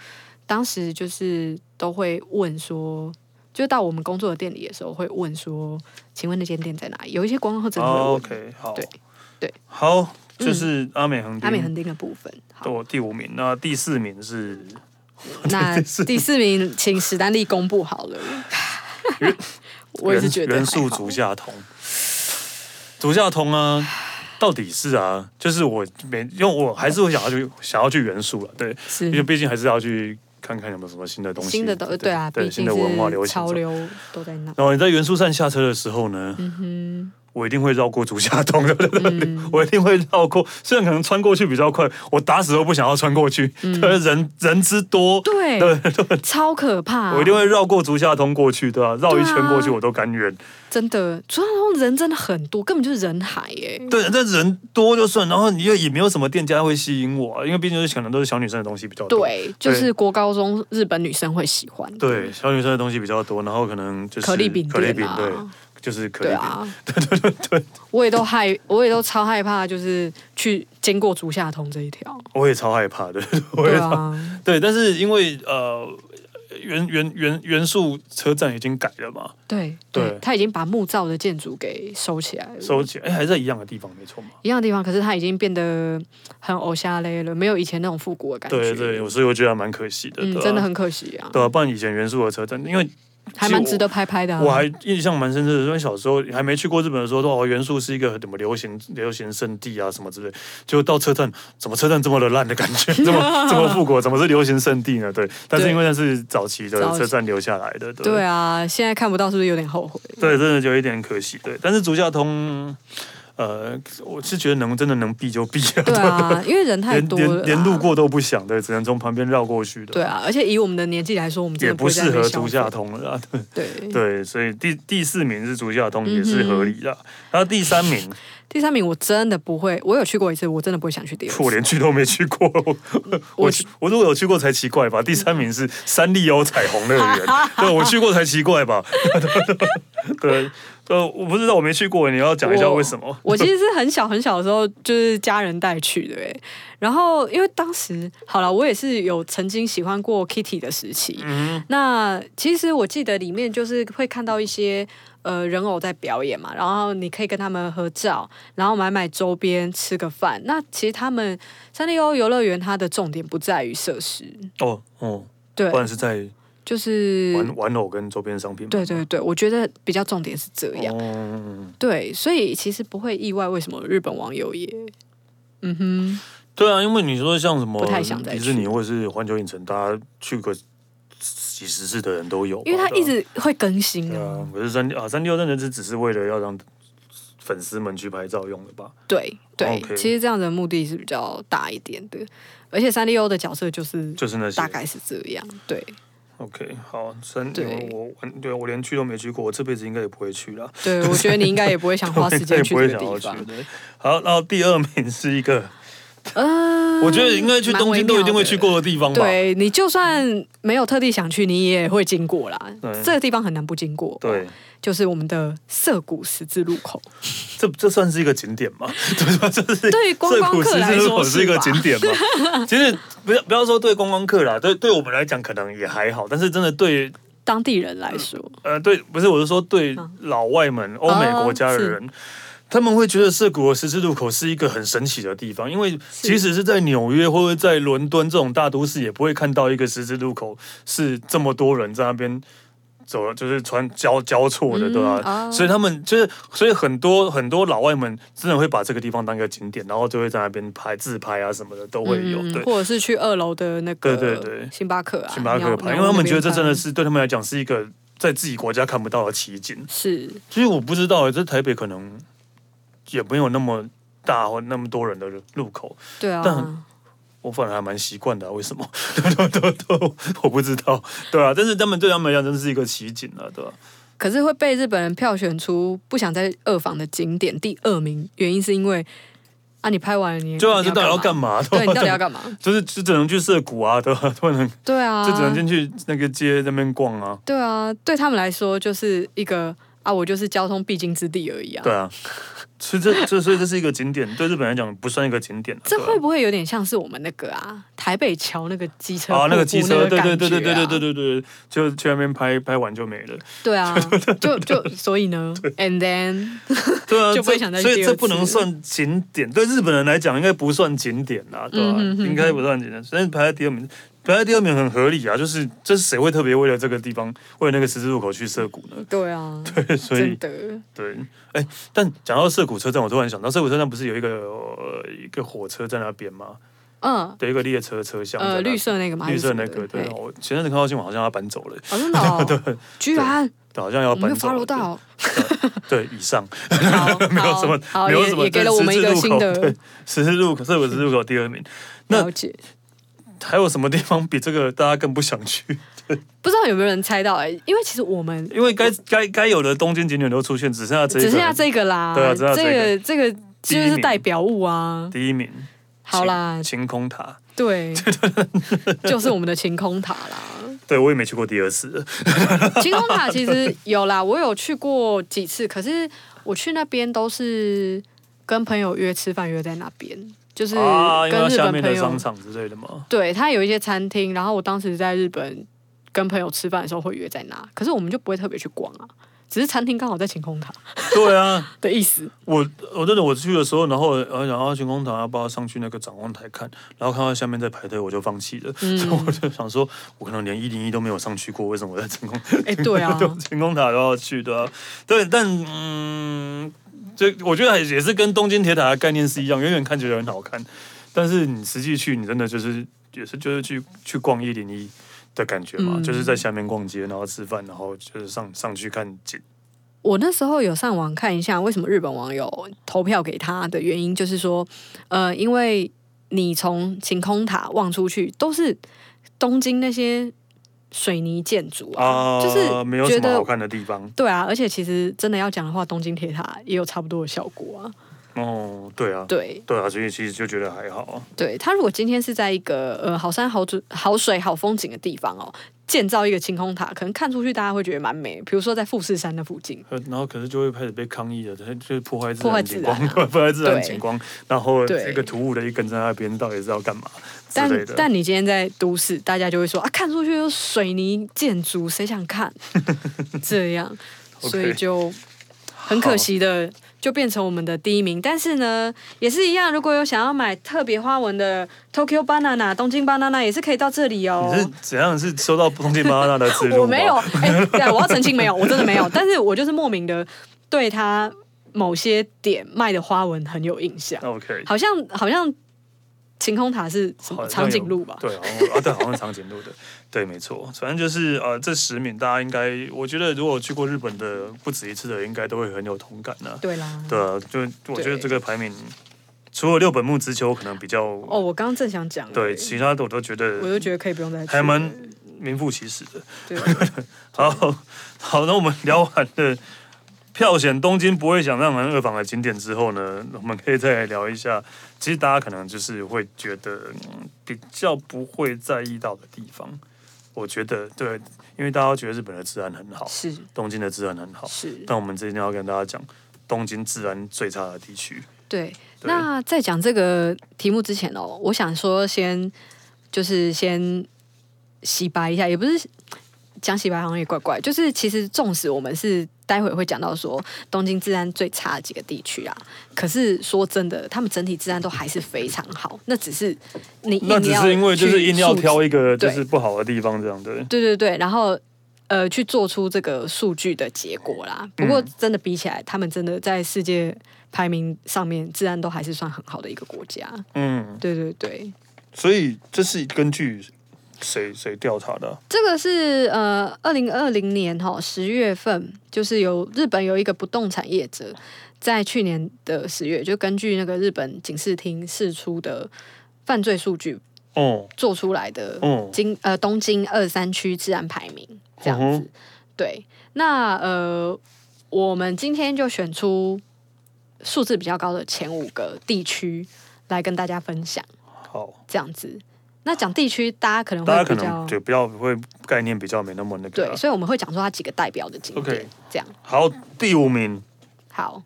Speaker 2: 当时就是都会问说。就到我们工作的店里的时候，会问说：“请问那间店在哪里？”有一些观光客真的会问、
Speaker 1: 哦 OK，好，
Speaker 2: 对对，
Speaker 1: 好，就是阿美横丁，
Speaker 2: 阿美横丁的部分。好，
Speaker 1: 我第五名，那第四名是
Speaker 2: 那第四名，请史丹利公布好了。 我也是觉得
Speaker 1: 人
Speaker 2: 还
Speaker 1: 人
Speaker 2: 好
Speaker 1: 数足下同，足下同啊，到底是啊，就是我每因为我还是会想要去想要去元素了，对，因为
Speaker 2: 是
Speaker 1: 毕竟还是要去看看有没有什么新的东西，
Speaker 2: 嗯新的都对啊，
Speaker 1: 对
Speaker 2: 毕
Speaker 1: 新
Speaker 2: 竟
Speaker 1: 的文化流
Speaker 2: 是
Speaker 1: 行
Speaker 2: 潮
Speaker 1: 什么。
Speaker 2: 流都在那。
Speaker 1: 然哦后你在元素站下车的时候呢，
Speaker 2: 嗯
Speaker 1: 我一定会绕过足下通，对 不对？我一定会绕过，虽然可能穿过去比较快，我打死都不想要穿过去，对，人人之多，
Speaker 2: 嗯对 啊
Speaker 1: 对
Speaker 2: 哼，超可怕、
Speaker 1: 我一定会绕过足下通过去，对吧、绕一圈
Speaker 2: 对啊
Speaker 1: 过去我都甘愿。
Speaker 2: 真的，主要通人真的很多，根本就是人海耶、
Speaker 1: 对，这人多就算，然后你又也没有什么店家会吸引我啊、因为毕竟就是可能都是小女生的东西比较多。
Speaker 2: 对，就是国高中日本女生会喜欢的。
Speaker 1: 对，小女生的东西比较多，然后可能就是
Speaker 2: 可丽饼
Speaker 1: 可丽
Speaker 2: 店
Speaker 1: 饼
Speaker 2: 啊
Speaker 1: 对，就是可丽
Speaker 2: 对
Speaker 1: 饼。
Speaker 2: 啊，对对 对对，我也都害，我也都超害怕，就是去经过竹下通这一条。
Speaker 1: 我也超害怕的， 我也
Speaker 2: 对
Speaker 1: 超
Speaker 2: 啊，
Speaker 1: 对，但是因为呃，原原原原宿车站已经改了嘛，
Speaker 2: 对
Speaker 1: 对
Speaker 2: 他已经把木造的建筑给收起来了，
Speaker 1: 收起来，哎，还在一样的地方，没错嘛。
Speaker 2: 一样的地方，可是它已经变得很偶像类了，没有以前那种复古的感觉。
Speaker 1: 对对，我所以我觉得还蛮可惜的，
Speaker 2: 嗯
Speaker 1: 对，啊
Speaker 2: 真的很可惜啊，
Speaker 1: 对啊，不然以前原宿的车站，因为
Speaker 2: 还蛮值得拍拍的、啊。
Speaker 1: 我还印象蛮深刻的，因为小时候还没去过日本的时候，都哦，原宿是一个怎么流行流行圣地啊什么之类，就到车站，怎么车站这么的烂的感 觉，这么这么复古，怎么是流行圣地呢？对，但是因为那是早期的
Speaker 2: 早期
Speaker 1: 车站留下来的，对
Speaker 2: 啊
Speaker 1: 嗯
Speaker 2: 对啊，现在看不到是不是有点后悔？
Speaker 1: 对，真的有一点可惜，对。但是足下通，呃，我是觉得能真的能避就避啊，
Speaker 2: 对啊，因为人太
Speaker 1: 连
Speaker 2: 多了
Speaker 1: 连
Speaker 2: 啦，
Speaker 1: 连路过都不想的，只能从旁边绕过去的。
Speaker 2: 对啊，而且以我们的年纪来说，我们真
Speaker 1: 也
Speaker 2: 的
Speaker 1: 不
Speaker 2: 会在那
Speaker 1: 适
Speaker 2: 边
Speaker 1: 合
Speaker 2: 消嗯
Speaker 1: 竹
Speaker 2: 费
Speaker 1: 下通了啦，对
Speaker 2: 对
Speaker 1: 对，所以第第四名是竹下
Speaker 2: 嗯
Speaker 1: 通也是合理的。然后第三 名，
Speaker 2: 第三名我真的不会，我有去过一次，我真的不会想去第二次。
Speaker 1: 我连去都没去过，我我去我如果有去过才奇怪吧。第三名是三丽鸥彩虹乐 园，对我去过才奇怪吧。 对，呃，我不知道我没去过，你要讲一下为什么？
Speaker 2: 我我其实是很小很小的时候，就是家人带去的哎。然后因为当时好了，我也是有曾经喜欢过 Kitty 的时期。
Speaker 1: 嗯
Speaker 2: 那其实我记得里面就是会看到一些呃人偶在表演嘛，然后你可以跟他们合照，然后买买周边，吃个饭。那其实他们三丽鸥游乐园它的重点不在于设施，
Speaker 1: 哦哦，
Speaker 2: 对
Speaker 1: 不，然是在
Speaker 2: 就是
Speaker 1: 玩玩偶跟周边商品。
Speaker 2: 对对对，我觉得比较重点是这样。
Speaker 1: 哦，
Speaker 2: 对，所以其实不会意外，为什么日本网友也，嗯哼，
Speaker 1: 对啊，因为你说像什么
Speaker 2: 不太想再
Speaker 1: 迪士尼或者是环球影城，大家去个几十次的人都有吧，
Speaker 2: 因为它
Speaker 1: 对啊
Speaker 2: 一直会更新
Speaker 1: 对
Speaker 2: 啊
Speaker 1: 啊，，可是三啊三六真的是只是为了要让粉丝们去拍照用的吧？
Speaker 2: 对对
Speaker 1: 啊 OK
Speaker 2: 其实这样的目的是比较大一点的，而且三丽鸥的角色就是
Speaker 1: 就是那些
Speaker 2: 大概是这样，对
Speaker 1: OK，好，三
Speaker 2: 对
Speaker 1: 因为我我对我连去都没去过，我这辈子应该也不会去了，
Speaker 2: 对，我觉得你应该也不会想花时
Speaker 1: 我应该也
Speaker 2: 间去
Speaker 1: 不
Speaker 2: 这
Speaker 1: 会
Speaker 2: 个
Speaker 1: 想要
Speaker 2: 地
Speaker 1: 去
Speaker 2: 方，
Speaker 1: 的。好，然后第二名是一个，
Speaker 2: 嗯，
Speaker 1: 我觉得应该去东京都一定会去过的地方
Speaker 2: 蛮微妙的。
Speaker 1: 吧？
Speaker 2: 对你就算没有特地想去，你也会经过啦
Speaker 1: 对。
Speaker 2: 这个地方很难不经过，
Speaker 1: 对，
Speaker 2: 就是我们的涩谷十字路口。
Speaker 1: 这这算是一个景点吗？ 对吧？这是
Speaker 2: 对于观光客
Speaker 1: 涩谷十字路口
Speaker 2: 来说
Speaker 1: 是一个
Speaker 2: 是吧
Speaker 1: 景点吗？其实不要不要说对观光客啦，对对我们来讲可能也还好，但是真的对
Speaker 2: 当地人来说，
Speaker 1: 呃，对，不是，我是说对
Speaker 2: 嗯
Speaker 1: 老外们、欧美国家的人，他们会觉得涩谷的十字路口是一个很神奇的地方，因为即使是在纽约或者在伦敦这种大都市，也不会看到一个十字路口是这么多人在那边。走，就是穿交交错的，对吧、
Speaker 2: 嗯哦
Speaker 1: 所以他们就是，所以很多很多老外们真的会把这个地方当一个景点，然后就会在那边拍自拍啊什么的都会有。
Speaker 2: 嗯
Speaker 1: 对，
Speaker 2: 或者是去二楼的那个
Speaker 1: 对对对
Speaker 2: 星巴克啊，
Speaker 1: 星巴
Speaker 2: 鸟
Speaker 1: 克拍，因为他们觉得这真的。
Speaker 2: 鸟那边拍
Speaker 1: 是对他们来讲是一个在自己国家看不到的奇景。
Speaker 2: 是
Speaker 1: 其实我不知道欸，在台北可能也没有那么大或那么多人的路口，
Speaker 2: 对
Speaker 1: 但
Speaker 2: 啊，
Speaker 1: 我反而还蛮习惯的啊、为什么？对对对对，我不知道，对啊。但是他们对他们来讲，真的是一个奇景啊，对吧、
Speaker 2: 可是会被日本人票选出不想在二访的景点第二名，原因是因为啊，你拍完了你
Speaker 1: 对啊，
Speaker 2: 你
Speaker 1: 这到底要干
Speaker 2: 嘛？
Speaker 1: 嘛？
Speaker 2: 对你到底要
Speaker 1: 吧？
Speaker 2: 干嘛？
Speaker 1: 就是就只能去涩谷啊，对吧？不能
Speaker 2: 对啊，
Speaker 1: 就只能进去那个街那边逛啊，
Speaker 2: 对啊，对他们来说就是一个啊，我就是交通必经之地而已啊。
Speaker 1: 对啊。所以这这所以这是一个景点，对日本来讲不算一个景点啊、
Speaker 2: 这
Speaker 1: 对啊
Speaker 2: 会不会有点像是我们那个啊，台北桥那个机车
Speaker 1: 啊，那个机
Speaker 2: 瀑布
Speaker 1: 车，
Speaker 2: 那
Speaker 1: 对对
Speaker 2: 个
Speaker 1: 对
Speaker 2: 感觉
Speaker 1: 对
Speaker 2: 啊
Speaker 1: 对对对对对，就去那边拍拍完就没了。
Speaker 2: 对啊，就就所以呢，and then
Speaker 1: 对啊，
Speaker 2: 就不会
Speaker 1: 这
Speaker 2: 想再去
Speaker 1: 所以
Speaker 2: 第二
Speaker 1: 这不
Speaker 2: 次
Speaker 1: 能算景点，对日本人来讲应该不算景点啊，对吧、
Speaker 2: 嗯哼哼
Speaker 1: 应该不算景点，但是排在第二名，排在第二名很合理啊，就是这是谁会特别为了这个地方，为了那个十字路口去涩谷呢？
Speaker 2: 对啊，
Speaker 1: 对， 所
Speaker 2: 真
Speaker 1: 以
Speaker 2: 的，
Speaker 1: 对，哎，但讲到涩谷车站，我突然想到涩谷车站不是有一个、呃一个火车在那边吗？
Speaker 2: 嗯，
Speaker 1: 对，一个列车车厢在那
Speaker 2: 呃，
Speaker 1: 边，
Speaker 2: 绿色那个嘛，
Speaker 1: 绿色
Speaker 2: 还
Speaker 1: 那
Speaker 2: 是什
Speaker 1: 个，
Speaker 2: 么的
Speaker 1: 对
Speaker 2: 嘿
Speaker 1: 啊，我前阵子看到新闻，好像要搬走了，
Speaker 2: 哦，真的哦，
Speaker 1: 对，
Speaker 2: 居然
Speaker 1: 对好像要
Speaker 2: 我没
Speaker 1: 搬
Speaker 2: 有
Speaker 1: 走了
Speaker 2: follow，到，
Speaker 1: 对，哦对以上。
Speaker 2: 好，
Speaker 1: 没有什么，
Speaker 2: 好，
Speaker 1: 没有什
Speaker 2: 也
Speaker 1: 么
Speaker 2: 也给了
Speaker 1: 对
Speaker 2: 我们一
Speaker 1: 十字
Speaker 2: 个
Speaker 1: 路口
Speaker 2: 新的
Speaker 1: 对十字路口，涩谷十字路口第二名。那
Speaker 2: 了解。
Speaker 1: 还有什么地方比这个大家更不想 去？
Speaker 2: 不知道有没有人猜到哎、因为其实我们
Speaker 1: 因为该该该有的东京景点都出现，只剩下这一
Speaker 2: 只
Speaker 1: 个
Speaker 2: 剩下这个啦，
Speaker 1: 对啊只剩下
Speaker 2: 这
Speaker 1: 这
Speaker 2: 个这个
Speaker 1: 第一
Speaker 2: 就是
Speaker 1: 名
Speaker 2: 代表物啊。
Speaker 1: 第一名。
Speaker 2: 好啦，
Speaker 1: 晴晴空塔，
Speaker 2: 对，就是我们的晴空塔啦。
Speaker 1: 对我也没去过第二次了。
Speaker 2: 晴空塔其实有啦， 我有去过几次，可是我去那边都是跟朋友约吃饭，约在那边，就是
Speaker 1: 啊，因为
Speaker 2: 跟
Speaker 1: 它
Speaker 2: 日
Speaker 1: 下
Speaker 2: 本
Speaker 1: 面
Speaker 2: 朋
Speaker 1: 的
Speaker 2: 友
Speaker 1: 商场之类的嘛。
Speaker 2: 对，它有一些餐厅，然后我当时在日本跟朋友吃饭的时候会约在那，可是我们就不会特别去逛啊，只是餐厅刚好在晴空塔
Speaker 1: 对啊，
Speaker 2: 的 意思。
Speaker 1: 我我真的我去的时候，然后呃，然后晴空塔要不要上去那个展望台看，然后看到下面在排队，我就放弃了。
Speaker 2: 嗯
Speaker 1: 所以 我就想说，我可能连一零一都没有上去过，为什么我在晴空
Speaker 2: 哎、对啊，
Speaker 1: 对，晴空塔都要去的、啊，对，但嗯，这我觉得还也是跟东京铁塔的概念是一样，远远看觉得很好看，但是你实际去，你真的就是也是就是去去逛一零一的感觉嘛，
Speaker 2: 嗯
Speaker 1: 就是在下面逛街，然后吃饭，然后就是上上去看景。
Speaker 2: 我那时候有上网看一下，为什么日本网友投票给他的原因，就是说，呃，因为你从晴空塔望出去都是东京那些水泥建筑啊，
Speaker 1: 啊，
Speaker 2: 就是
Speaker 1: 没有什
Speaker 2: 觉
Speaker 1: 么
Speaker 2: 得
Speaker 1: 好看的地方
Speaker 2: 对啊，而且其实真的要讲的话，东京铁塔也有差不多的效果啊。
Speaker 1: 哦，对啊，
Speaker 2: 对，
Speaker 1: 对啊，所以其实就觉得还好啊。
Speaker 2: 对，它如果今天是在一个呃好山好水好水好风景的地方哦，建造一个晴空塔，可能看出去大家会觉得蛮美。比如说在富士山的附近，
Speaker 1: 呃然后可是就会开始被抗议了，它就是破坏自
Speaker 2: 破坏
Speaker 1: 然
Speaker 2: 自
Speaker 1: 景
Speaker 2: 然
Speaker 1: 观，
Speaker 2: 啊
Speaker 1: 破坏自然
Speaker 2: 对
Speaker 1: 景观，然后
Speaker 2: 对
Speaker 1: 这个突兀的一根在那边，到底是要干嘛之
Speaker 2: 但
Speaker 1: 类的？
Speaker 2: 但你今天在都市，大家就会说啊，看出去有水泥建筑，谁想 看？这样，
Speaker 1: OK
Speaker 2: 所以就很可惜的，就变成我们的第一名。但是呢，也是一样，如果有想要买特别花纹的 Tokyo Banana、东京 Banana，也是可以到这里哦。
Speaker 1: 你是怎样是收到东京巴拿的资料？
Speaker 2: 我没有，哎、对啊，我要澄清，没有，我真的没有。但是我就是莫名的对他某些点卖的花纹很有印象，
Speaker 1: OK，
Speaker 2: 好像好像晴空塔是什么
Speaker 1: 好像
Speaker 2: 长颈鹿
Speaker 1: 有
Speaker 2: 吧？
Speaker 1: 对，好像啊，对，好像是长颈鹿的，对，没错。反正就是呃，这十名大家应该，我觉得如果去过日本的不止一次的，应该都会很有同感呢、
Speaker 2: 对啦，
Speaker 1: 对啊，就我觉得
Speaker 2: 对
Speaker 1: 这个排名，除了六本木直球可能比较，
Speaker 2: 哦，我刚刚正想讲，
Speaker 1: 对，其他的我都觉
Speaker 2: 我
Speaker 1: 得
Speaker 2: 就觉得可以不用再去
Speaker 1: 还蛮名副其实的。
Speaker 2: 对，
Speaker 1: 好 好，那我们聊完了票选东京不会想让人二访的景点之后呢，我们可以再来聊一下，其实大家可能就是会觉得、嗯比较不会在意到的地方。我觉得对，因为大家都觉得日本的治安很好，
Speaker 2: 是
Speaker 1: 东京的治安很好，
Speaker 2: 是，
Speaker 1: 但我们今天要跟大家讲东京治安最差的地区。
Speaker 2: 对。
Speaker 1: 对
Speaker 2: 那在讲这个题目之前哦，我想说先就是先洗白一下，也不是讲洗白好像也怪怪，就是其实纵使我们是待会会讲到说东京治安最差的几个地区啊，可是说真的，他们整体治安都还是非常好，那只是你
Speaker 1: 那只是因为就是硬要挑一个就
Speaker 2: 对
Speaker 1: 是不好的地方这样对。
Speaker 2: 对对对，然后呃，去做出这个数据的结果啦。不
Speaker 1: 嗯
Speaker 2: 过真的比起来，他们真的在世界排名上面，治安都还是算很好的一个国家。
Speaker 1: 嗯，
Speaker 2: 对对对，
Speaker 1: 所以这是根据谁谁调查的啊、
Speaker 2: 这个是呃，二零二零年哈十月份，就是有日本有一个不动产业者，在去年的十月，就根据那个日本警视厅释出的犯罪数据
Speaker 1: 哦
Speaker 2: 做出来的
Speaker 1: 哦，
Speaker 2: 京呃东京二三区治安排名这样子。
Speaker 1: 嗯哼
Speaker 2: 对，那呃，我们今天就选出数字比较高的前五个地区来跟大家分享，
Speaker 1: 好。
Speaker 2: 这样子。那讲地区，大家可能
Speaker 1: 大家
Speaker 2: 会
Speaker 1: 可
Speaker 2: 比
Speaker 1: 能
Speaker 2: 较
Speaker 1: 就比较会概念比较没那么那个、
Speaker 2: 对，
Speaker 1: 啊。
Speaker 2: 所以我们会讲说它几个代表的景点
Speaker 1: OK
Speaker 2: 这样
Speaker 1: 好，第五名，
Speaker 2: 好，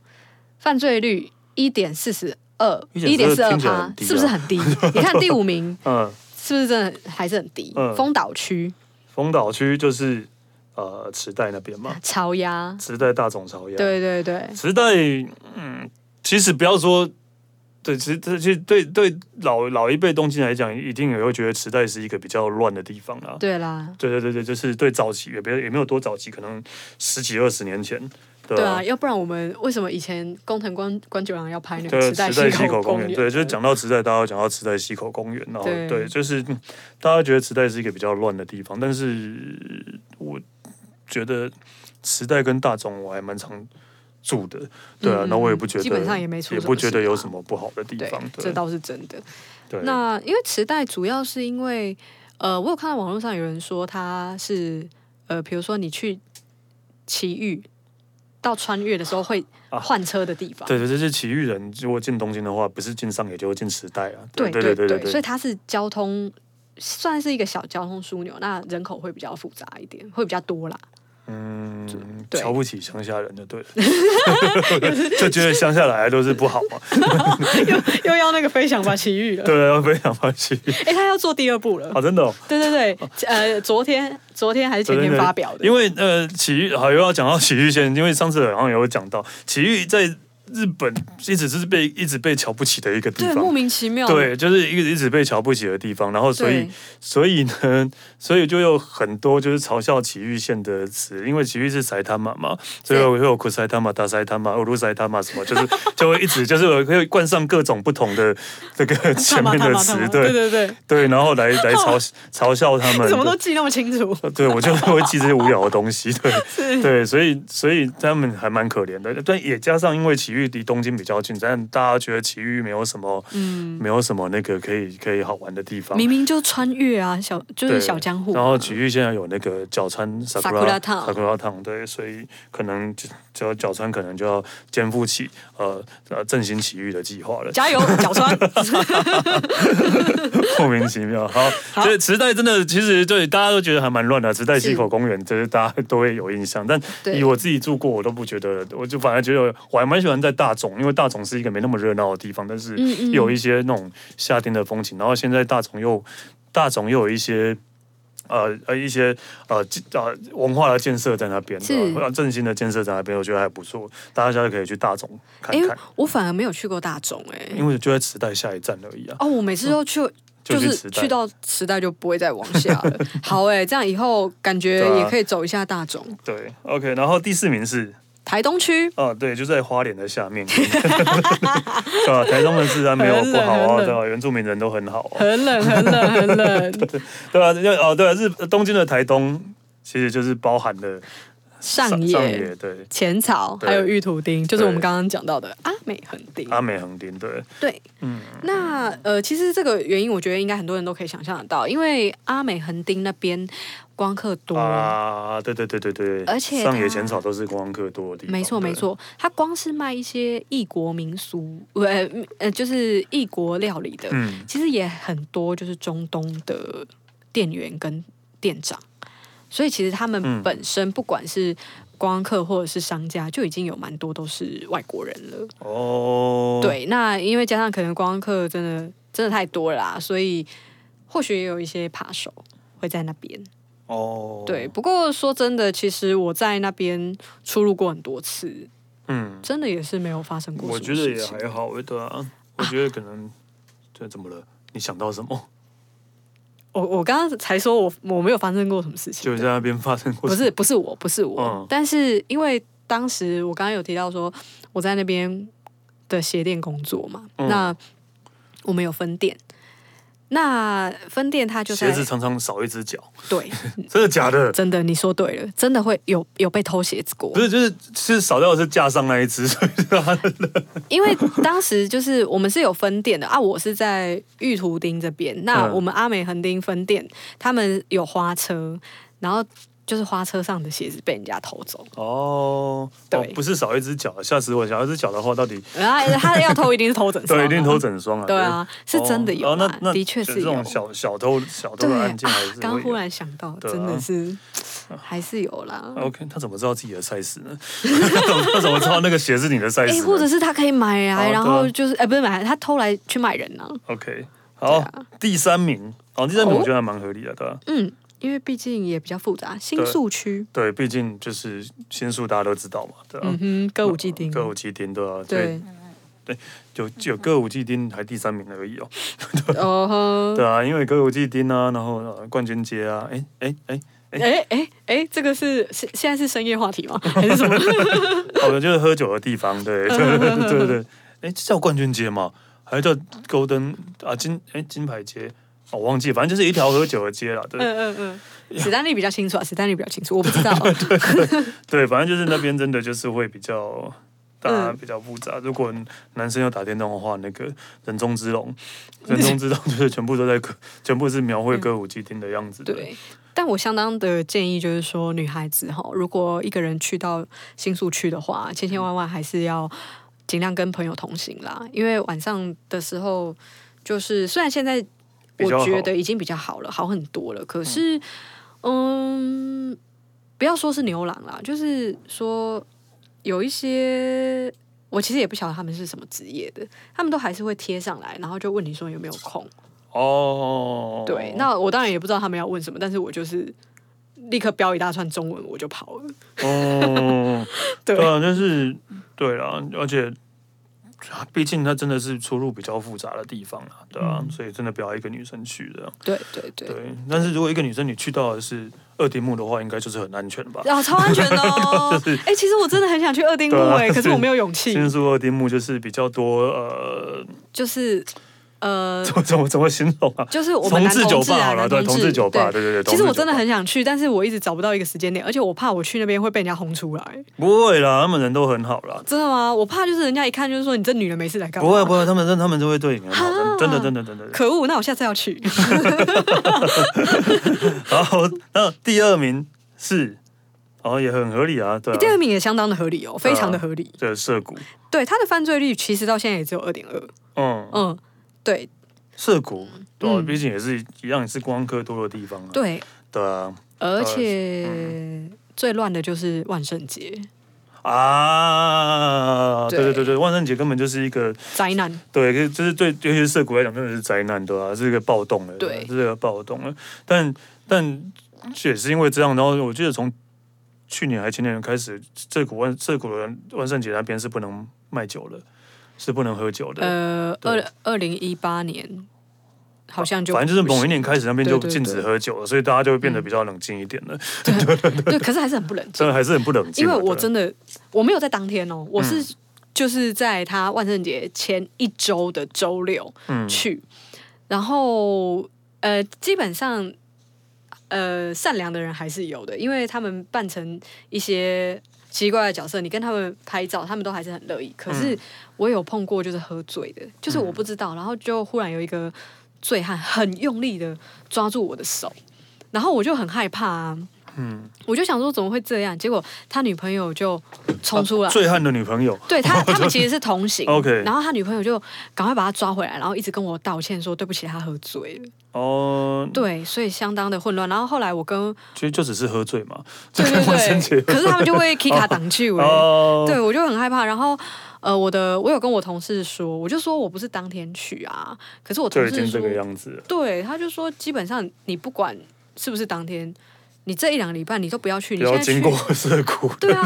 Speaker 2: 犯罪率一点四十二，一点
Speaker 1: 1.42
Speaker 2: 四二
Speaker 1: 听起来很
Speaker 2: 趴，
Speaker 1: 低啊
Speaker 2: 是不是很低？你看第五名
Speaker 1: 嗯，
Speaker 2: 是不是真的还是很低？
Speaker 1: 嗯
Speaker 2: 丰岛区
Speaker 1: 丰岛区就是呃池袋那边嘛，
Speaker 2: 潮鸭，
Speaker 1: 池袋大总朝阳。，
Speaker 2: 对对对，
Speaker 1: 池袋，嗯，其实不要说。对，其实这其实对对老老一辈东京来讲，一定也会觉得池袋是一个比较乱的地方啊。
Speaker 2: 对啦，
Speaker 1: 对对对对，就是对早期也别也没有多早期，可能十几二十年前，对
Speaker 2: 对
Speaker 1: 吧、
Speaker 2: 啊，要不然我们为什么以前工藤官官九郎要拍那个
Speaker 1: 对，
Speaker 2: 池袋
Speaker 1: 池袋
Speaker 2: 西
Speaker 1: 西口
Speaker 2: 公
Speaker 1: 公园，对，就是讲到池袋，大家会讲到池袋西口公园，然后
Speaker 2: 对
Speaker 1: 对，就是嗯大家觉得池袋是一个比较乱的地方，但是我觉得池袋跟大众我还蛮常住的，对啊，
Speaker 2: 嗯
Speaker 1: 那我也不觉得，
Speaker 2: 基本上也没出什么
Speaker 1: 不觉得
Speaker 2: 事啊
Speaker 1: 有什么不好的地
Speaker 2: 对
Speaker 1: 方，，
Speaker 2: 这
Speaker 1: 对，
Speaker 2: 倒是真的。
Speaker 1: 对，
Speaker 2: 那因为池袋主要是因为，呃，我有看到网络上有人说它是，呃，比如说你去奇遇到穿越的时候会换车的地方，
Speaker 1: 啊对对，这是奇遇人，如果进东京的话，不是进上野就是进池袋啊，
Speaker 2: 对
Speaker 1: 对
Speaker 2: 对
Speaker 1: 对
Speaker 2: 所以它是交通算是一个小交通枢纽，那人口会比较复杂一点，会比较多啦。
Speaker 1: 嗯，
Speaker 2: 对
Speaker 1: 瞧不起乡下人就 对了，就觉得乡下来都是不好嘛，
Speaker 2: 又要那个飞翔吧奇遇了，
Speaker 1: 对啊，非常抱歉
Speaker 2: 哎，他要做第二部了。
Speaker 1: 啊，真的、哦。
Speaker 2: 对对对，呃，昨天昨天还是前天发表的，
Speaker 1: 呃因为呃，奇遇好又要讲到奇遇先，因为上次好像有讲到奇遇在日本一直是被一直被瞧不起的一个地
Speaker 2: 对，莫
Speaker 1: 方。
Speaker 2: 名其妙，
Speaker 1: 对，就是一直一直被瞧不起的地方，然后所以
Speaker 2: 对
Speaker 1: 所以呢，所以就有很多就是嘲笑崎玉县的词，因为崎玉是埼玉嘛，所以
Speaker 2: 对
Speaker 1: 会有苦埼玉、大埼玉、欧鲁埼玉什么，就是 就会一直就是有会冠上各种不同的这个前面的词，对
Speaker 2: 对对对，
Speaker 1: 对，然后来来嘲 嘲笑他们
Speaker 2: 你怎么都记那么清楚？
Speaker 1: 对，我就会记这些无聊的东西，对。
Speaker 2: 是
Speaker 1: 对，所以所以他们还蛮可怜的，但也加上因为奇遇离东京比较近，但大家觉得奇遇没有什么，没有什么那个可以可以好玩的地方。
Speaker 2: 嗯明明就穿越啊，小就是
Speaker 1: 对
Speaker 2: 小江户嘛，
Speaker 1: 然后奇遇现在有那个角川 sakura
Speaker 2: Sakura Town
Speaker 1: sakura 烫，对，所以可能就就角川可能就要肩负起呃呃振兴奇遇的计划了。
Speaker 2: 加 油，脚酸，
Speaker 1: 莫名其妙。好，这池袋真的，其实对大家都觉得还蛮乱的。啊池袋溪口公园，就是大家都会有印象，但
Speaker 2: 对
Speaker 1: 以我自己住过，我都不觉得，我就反而觉得我还蛮喜欢在大冢，因为大冢是一个没那么热闹的地方，但是
Speaker 2: 嗯嗯
Speaker 1: 有一些那种夏天的风情。然后现在大冢又大冢又有一些。呃呃，一些呃建呃文化的建设在那边，
Speaker 2: 是
Speaker 1: 对吧振兴的建设在那边，我觉得还不错，大家可以去大冢看
Speaker 2: 哎
Speaker 1: 看，，
Speaker 2: 我反而没有去过大众哎。
Speaker 1: 因为就在池袋下一站而已啊。
Speaker 2: 哦，我每次都去，
Speaker 1: 就
Speaker 2: 就
Speaker 1: 去
Speaker 2: 是
Speaker 1: 池袋
Speaker 2: 去到池袋就不会再往下 了。好哎，这样以后感觉
Speaker 1: 对啊
Speaker 2: 也可以走一下大众。
Speaker 1: 对，OK，然后第四名是
Speaker 2: 台东区
Speaker 1: 哦，对，就在花莲的下面， 对吧？台东的治安没有不好啊，
Speaker 2: 很冷很冷
Speaker 1: 对吧？原住民人都很好啊，
Speaker 2: 很冷，很冷，很冷。
Speaker 1: 对吧？就哦，对啊，日东京的台东其实就是包含了
Speaker 2: 上野、
Speaker 1: 野对
Speaker 2: 浅草
Speaker 1: 对
Speaker 2: 还有玉土町，就是我们
Speaker 1: 对
Speaker 2: 刚刚讲到的阿美横丁。
Speaker 1: 阿美横丁，对
Speaker 2: 对，
Speaker 1: 嗯
Speaker 2: 那呃，其实这个原因，我觉得应该很多人都可以想象得到，因为阿美横丁那边观光客多。
Speaker 1: 啊，对对对对对，
Speaker 2: 哦而且
Speaker 1: 上野
Speaker 2: 它
Speaker 1: 浅草都是观光客多的地方，
Speaker 2: 没错
Speaker 1: 哦对
Speaker 2: 没，错，它光是卖一些异国民俗，呃呃，就是异国料理的，
Speaker 1: 嗯，
Speaker 2: 其实也很多就是中东的店员跟店长，所以其实他们
Speaker 1: 嗯
Speaker 2: 本身不管是观光客或者是商家，就已经有蛮多都是外国人了。
Speaker 1: 哦，，
Speaker 2: 对，那因为加上可能观光客真的真的太多了啦，所以或许也有一些扒手会在那边。
Speaker 1: 哦，
Speaker 2: 对，，不过说真的，其实我在那边出入过很多次，
Speaker 1: 嗯，
Speaker 2: 真的也是没有发生过
Speaker 1: 我
Speaker 2: 什
Speaker 1: 觉
Speaker 2: 么
Speaker 1: 得
Speaker 2: 事
Speaker 1: 也
Speaker 2: 情。
Speaker 1: 还好，对啊，我觉得可能这怎么了？你想到什么？
Speaker 2: 我我刚刚才说我我没有发生过什么事情，
Speaker 1: 就在那边发生过
Speaker 2: 啊不
Speaker 1: 什么？
Speaker 2: 是不是我不是我，
Speaker 1: 嗯
Speaker 2: 但是因为当时我刚刚有提到说我在那边的鞋店工作嘛，
Speaker 1: 嗯
Speaker 2: 那我们有分店，那分店它就
Speaker 1: 鞋
Speaker 2: 在
Speaker 1: 子常常少一只脚，
Speaker 2: 对，
Speaker 1: 真的假的？
Speaker 2: 真的你说对了，真的会有有被偷鞋子过
Speaker 1: 不，是，就是是少掉的是架上那一只，所以它
Speaker 2: 因为当时就是我们是有分店的 啊，我是在玉图町这边，那
Speaker 1: 嗯
Speaker 2: 我们阿美横町分店他们有花车，然后就是花车上的鞋子被人家偷走。
Speaker 1: 哦，
Speaker 2: 对
Speaker 1: 哦不是少一只脚，吓死我！少一只脚的话，到底
Speaker 2: 然后哎他要偷一定是偷整双 啊，
Speaker 1: 对一定偷整双啊？
Speaker 2: 对啊，是
Speaker 1: 哦
Speaker 2: 真的有
Speaker 1: 哦
Speaker 2: 啦，
Speaker 1: 那那
Speaker 2: 的确
Speaker 1: 就是这
Speaker 2: 有
Speaker 1: 种。小小偷小偷
Speaker 2: 对
Speaker 1: 的
Speaker 2: 啊
Speaker 1: 案件还是，会
Speaker 2: 刚忽
Speaker 1: 有
Speaker 2: 然想到，
Speaker 1: 对啊
Speaker 2: 真的是还是有 啦。
Speaker 1: 啊 OK，他怎么知道自己的 size 呢？ 他怎么知道那个鞋是你的 size？
Speaker 2: 哎，
Speaker 1: 呢
Speaker 2: 或者是他可以买
Speaker 1: 哦对
Speaker 2: 来，
Speaker 1: 啊
Speaker 2: 然后就是哎，不是买来，他偷来去卖人啊呢？
Speaker 1: OK，好，
Speaker 2: 啊
Speaker 1: 第三名，哦，第三名我觉得还蛮合理的，对吧？
Speaker 2: 嗯，因为毕竟也比较复杂，新宿区，
Speaker 1: 对，毕竟就是仙术大家都知道嘛，对吧
Speaker 2: 嗯？哼，歌舞伎町，
Speaker 1: 歌舞伎町对啊，所以
Speaker 2: 对，
Speaker 1: 就就歌舞伎町还第三名而已哦。
Speaker 2: 哦
Speaker 1: 对啊，因为歌舞伎町啊，然后、呃、冠军街啊，哎哎哎，
Speaker 2: 呵，哎哎哎，这个是是现在是深夜话题吗？ 还是什么？
Speaker 1: 哦，就是喝酒的地方，对
Speaker 2: 嗯
Speaker 1: 对对对，哎，这叫冠军街嘛，还叫 Golden 啊金哎金牌街。哦我忘记，反正就是一条喝酒的街了，对、
Speaker 2: 嗯嗯嗯，史丹利比较清楚啊，史丹利比较清楚，我不知道。啊
Speaker 1: 对，反正就是那边真的就是会比较大家
Speaker 2: 嗯
Speaker 1: 比较复杂。如果男生要打电动的话，那个人中之 龙，人中之龙就是全部都在歌，全部是描绘歌舞伎町的样子的。
Speaker 2: 嗯对，但我相当的建议就是说，女孩子哈，如果一个人去到新宿区的话，千千万万还是要尽量跟朋友同行啦，因为晚上的时候，就是虽然现在
Speaker 1: 比较
Speaker 2: 我
Speaker 1: 好
Speaker 2: 觉得已经比较好了，好很多了，可是，嗯，不要说是牛郎啦，就是说有一些。我其实也不晓得他们是什么职业的，他们都还是会贴上来，然后就问你说有没有空。
Speaker 1: 哦，
Speaker 2: 对，那我当然也不知道他们要问什么，但是我就是立刻标一大串中文，我就跑 了。
Speaker 1: 哦。
Speaker 2: 对，
Speaker 1: 对啊，就是对啦，而且毕竟它真的是出入比较复杂的地方啊，对啊，
Speaker 2: 嗯
Speaker 1: 所以真的不要一个女生去的。
Speaker 2: 对对对。
Speaker 1: 对，但是如果一个女生你去到的是二丁目的话，应该就是很安全吧？
Speaker 2: 啊，超安全 的哦！哎、其实我真的很想去二丁目
Speaker 1: 对啊
Speaker 2: 哎、可是
Speaker 1: 是
Speaker 2: 我没有勇气。
Speaker 1: 新宿二丁目就是比较多呃，
Speaker 2: 就是呃，
Speaker 1: 怎么怎么怎么形容 啊？
Speaker 2: 就是我们
Speaker 1: 同
Speaker 2: 男
Speaker 1: 志
Speaker 2: 同
Speaker 1: 酒
Speaker 2: 志
Speaker 1: 吧
Speaker 2: 啊，
Speaker 1: 好了，
Speaker 2: 男
Speaker 1: 对，
Speaker 2: 同
Speaker 1: 同志酒吧，对对对。
Speaker 2: 其
Speaker 1: 同
Speaker 2: 实
Speaker 1: 志
Speaker 2: 我真的
Speaker 1: 酒吧
Speaker 2: 很想去，但是我一直找不到一个时间点，而且我怕我去那边会被人家轰出来。
Speaker 1: 不会啦，他们人都很好 啦。
Speaker 2: 真的吗？我怕就是人家一看就是说你这女人没事来干嘛？
Speaker 1: 不会不会，他们真他们都会对你很好
Speaker 2: 哈，
Speaker 1: 真的真的真的。真的
Speaker 2: 可恶！那我下次要去。
Speaker 1: 啊然后那第二名是，哦也很合理啊，对
Speaker 2: 第
Speaker 1: 啊
Speaker 2: 二，名也相当的合理哦，非常的合理。
Speaker 1: 对啊涉谷，
Speaker 2: 对他的犯罪率其实到现在也只有二点二。
Speaker 1: 嗯，
Speaker 2: 嗯，对
Speaker 1: 涉谷对啊，
Speaker 2: 嗯
Speaker 1: 毕竟也是一样也是观光客多的地方啊，
Speaker 2: 对，
Speaker 1: 对啊
Speaker 2: 而
Speaker 1: 嗯
Speaker 2: 且最乱的就是万圣节
Speaker 1: 啊，对对
Speaker 2: 对
Speaker 1: 对对，万圣节根本就是一个
Speaker 2: 灾难。
Speaker 1: 对，可是就是对，尤其是涩谷来讲，真的是灾难，对吧、是一个暴动了，
Speaker 2: 对
Speaker 1: 是一个暴动了。但但也是因为这样，然后我记得从去年还前年开始，涩谷万涩谷的万圣节那边是不能卖酒了，是不能喝酒的。
Speaker 2: 呃，
Speaker 1: 对
Speaker 2: 二二零一八年好像就
Speaker 1: 反正就是
Speaker 2: 不
Speaker 1: 某一
Speaker 2: 行
Speaker 1: 年开始，那边就
Speaker 2: 对嗯对
Speaker 1: 禁止
Speaker 2: 对
Speaker 1: 喝酒了，所以大家就会变得比较冷静一点了。
Speaker 2: 对，可是还是很不冷 静
Speaker 1: 但。还是很不冷静
Speaker 2: 因
Speaker 1: 啊。
Speaker 2: 为我
Speaker 1: 对
Speaker 2: 真的我没有在当天哦，我是就是在他万圣节前一周的周六
Speaker 1: 嗯
Speaker 2: 去，然后呃，基本上呃，善良的人还是有的，因为他们扮成一些。奇怪的角色，你跟他们拍照，他们都还是很乐意。可是我有碰过，就是喝醉的，就是我不知道，然后就忽然有一个醉汉很用力的抓住我的手，然后我就很害怕啊。
Speaker 1: 嗯，
Speaker 2: 我就想说怎么会这样？结果他女朋友就冲出来，
Speaker 1: 醉汉的女朋友，
Speaker 2: 对他他们其实是同行
Speaker 1: 啊 OK
Speaker 2: 然后他女朋友就赶快把他抓回来，然后一直跟我道歉说对不起，他喝醉了。
Speaker 1: 哦，，
Speaker 2: 对，所以相当的混乱。然后后来 我跟
Speaker 1: 其实就只是喝醉嘛，
Speaker 2: 对对
Speaker 1: 万圣节
Speaker 2: 对，可是他们就会 K 卡挡去我。
Speaker 1: 哦，
Speaker 2: 对，我就很害怕。然后，呃，我的我有跟我同事说，我就说我不是当天去啊，可是我同
Speaker 1: 就已
Speaker 2: 事
Speaker 1: 经这
Speaker 2: 说
Speaker 1: 个样子了。
Speaker 2: 对，他就说基本上你不管是不是当天，你这一两个礼拜你都不要去，你
Speaker 1: 不
Speaker 2: 现
Speaker 1: 要
Speaker 2: 在
Speaker 1: 经
Speaker 2: 去
Speaker 1: 过涩谷，
Speaker 2: 对啊，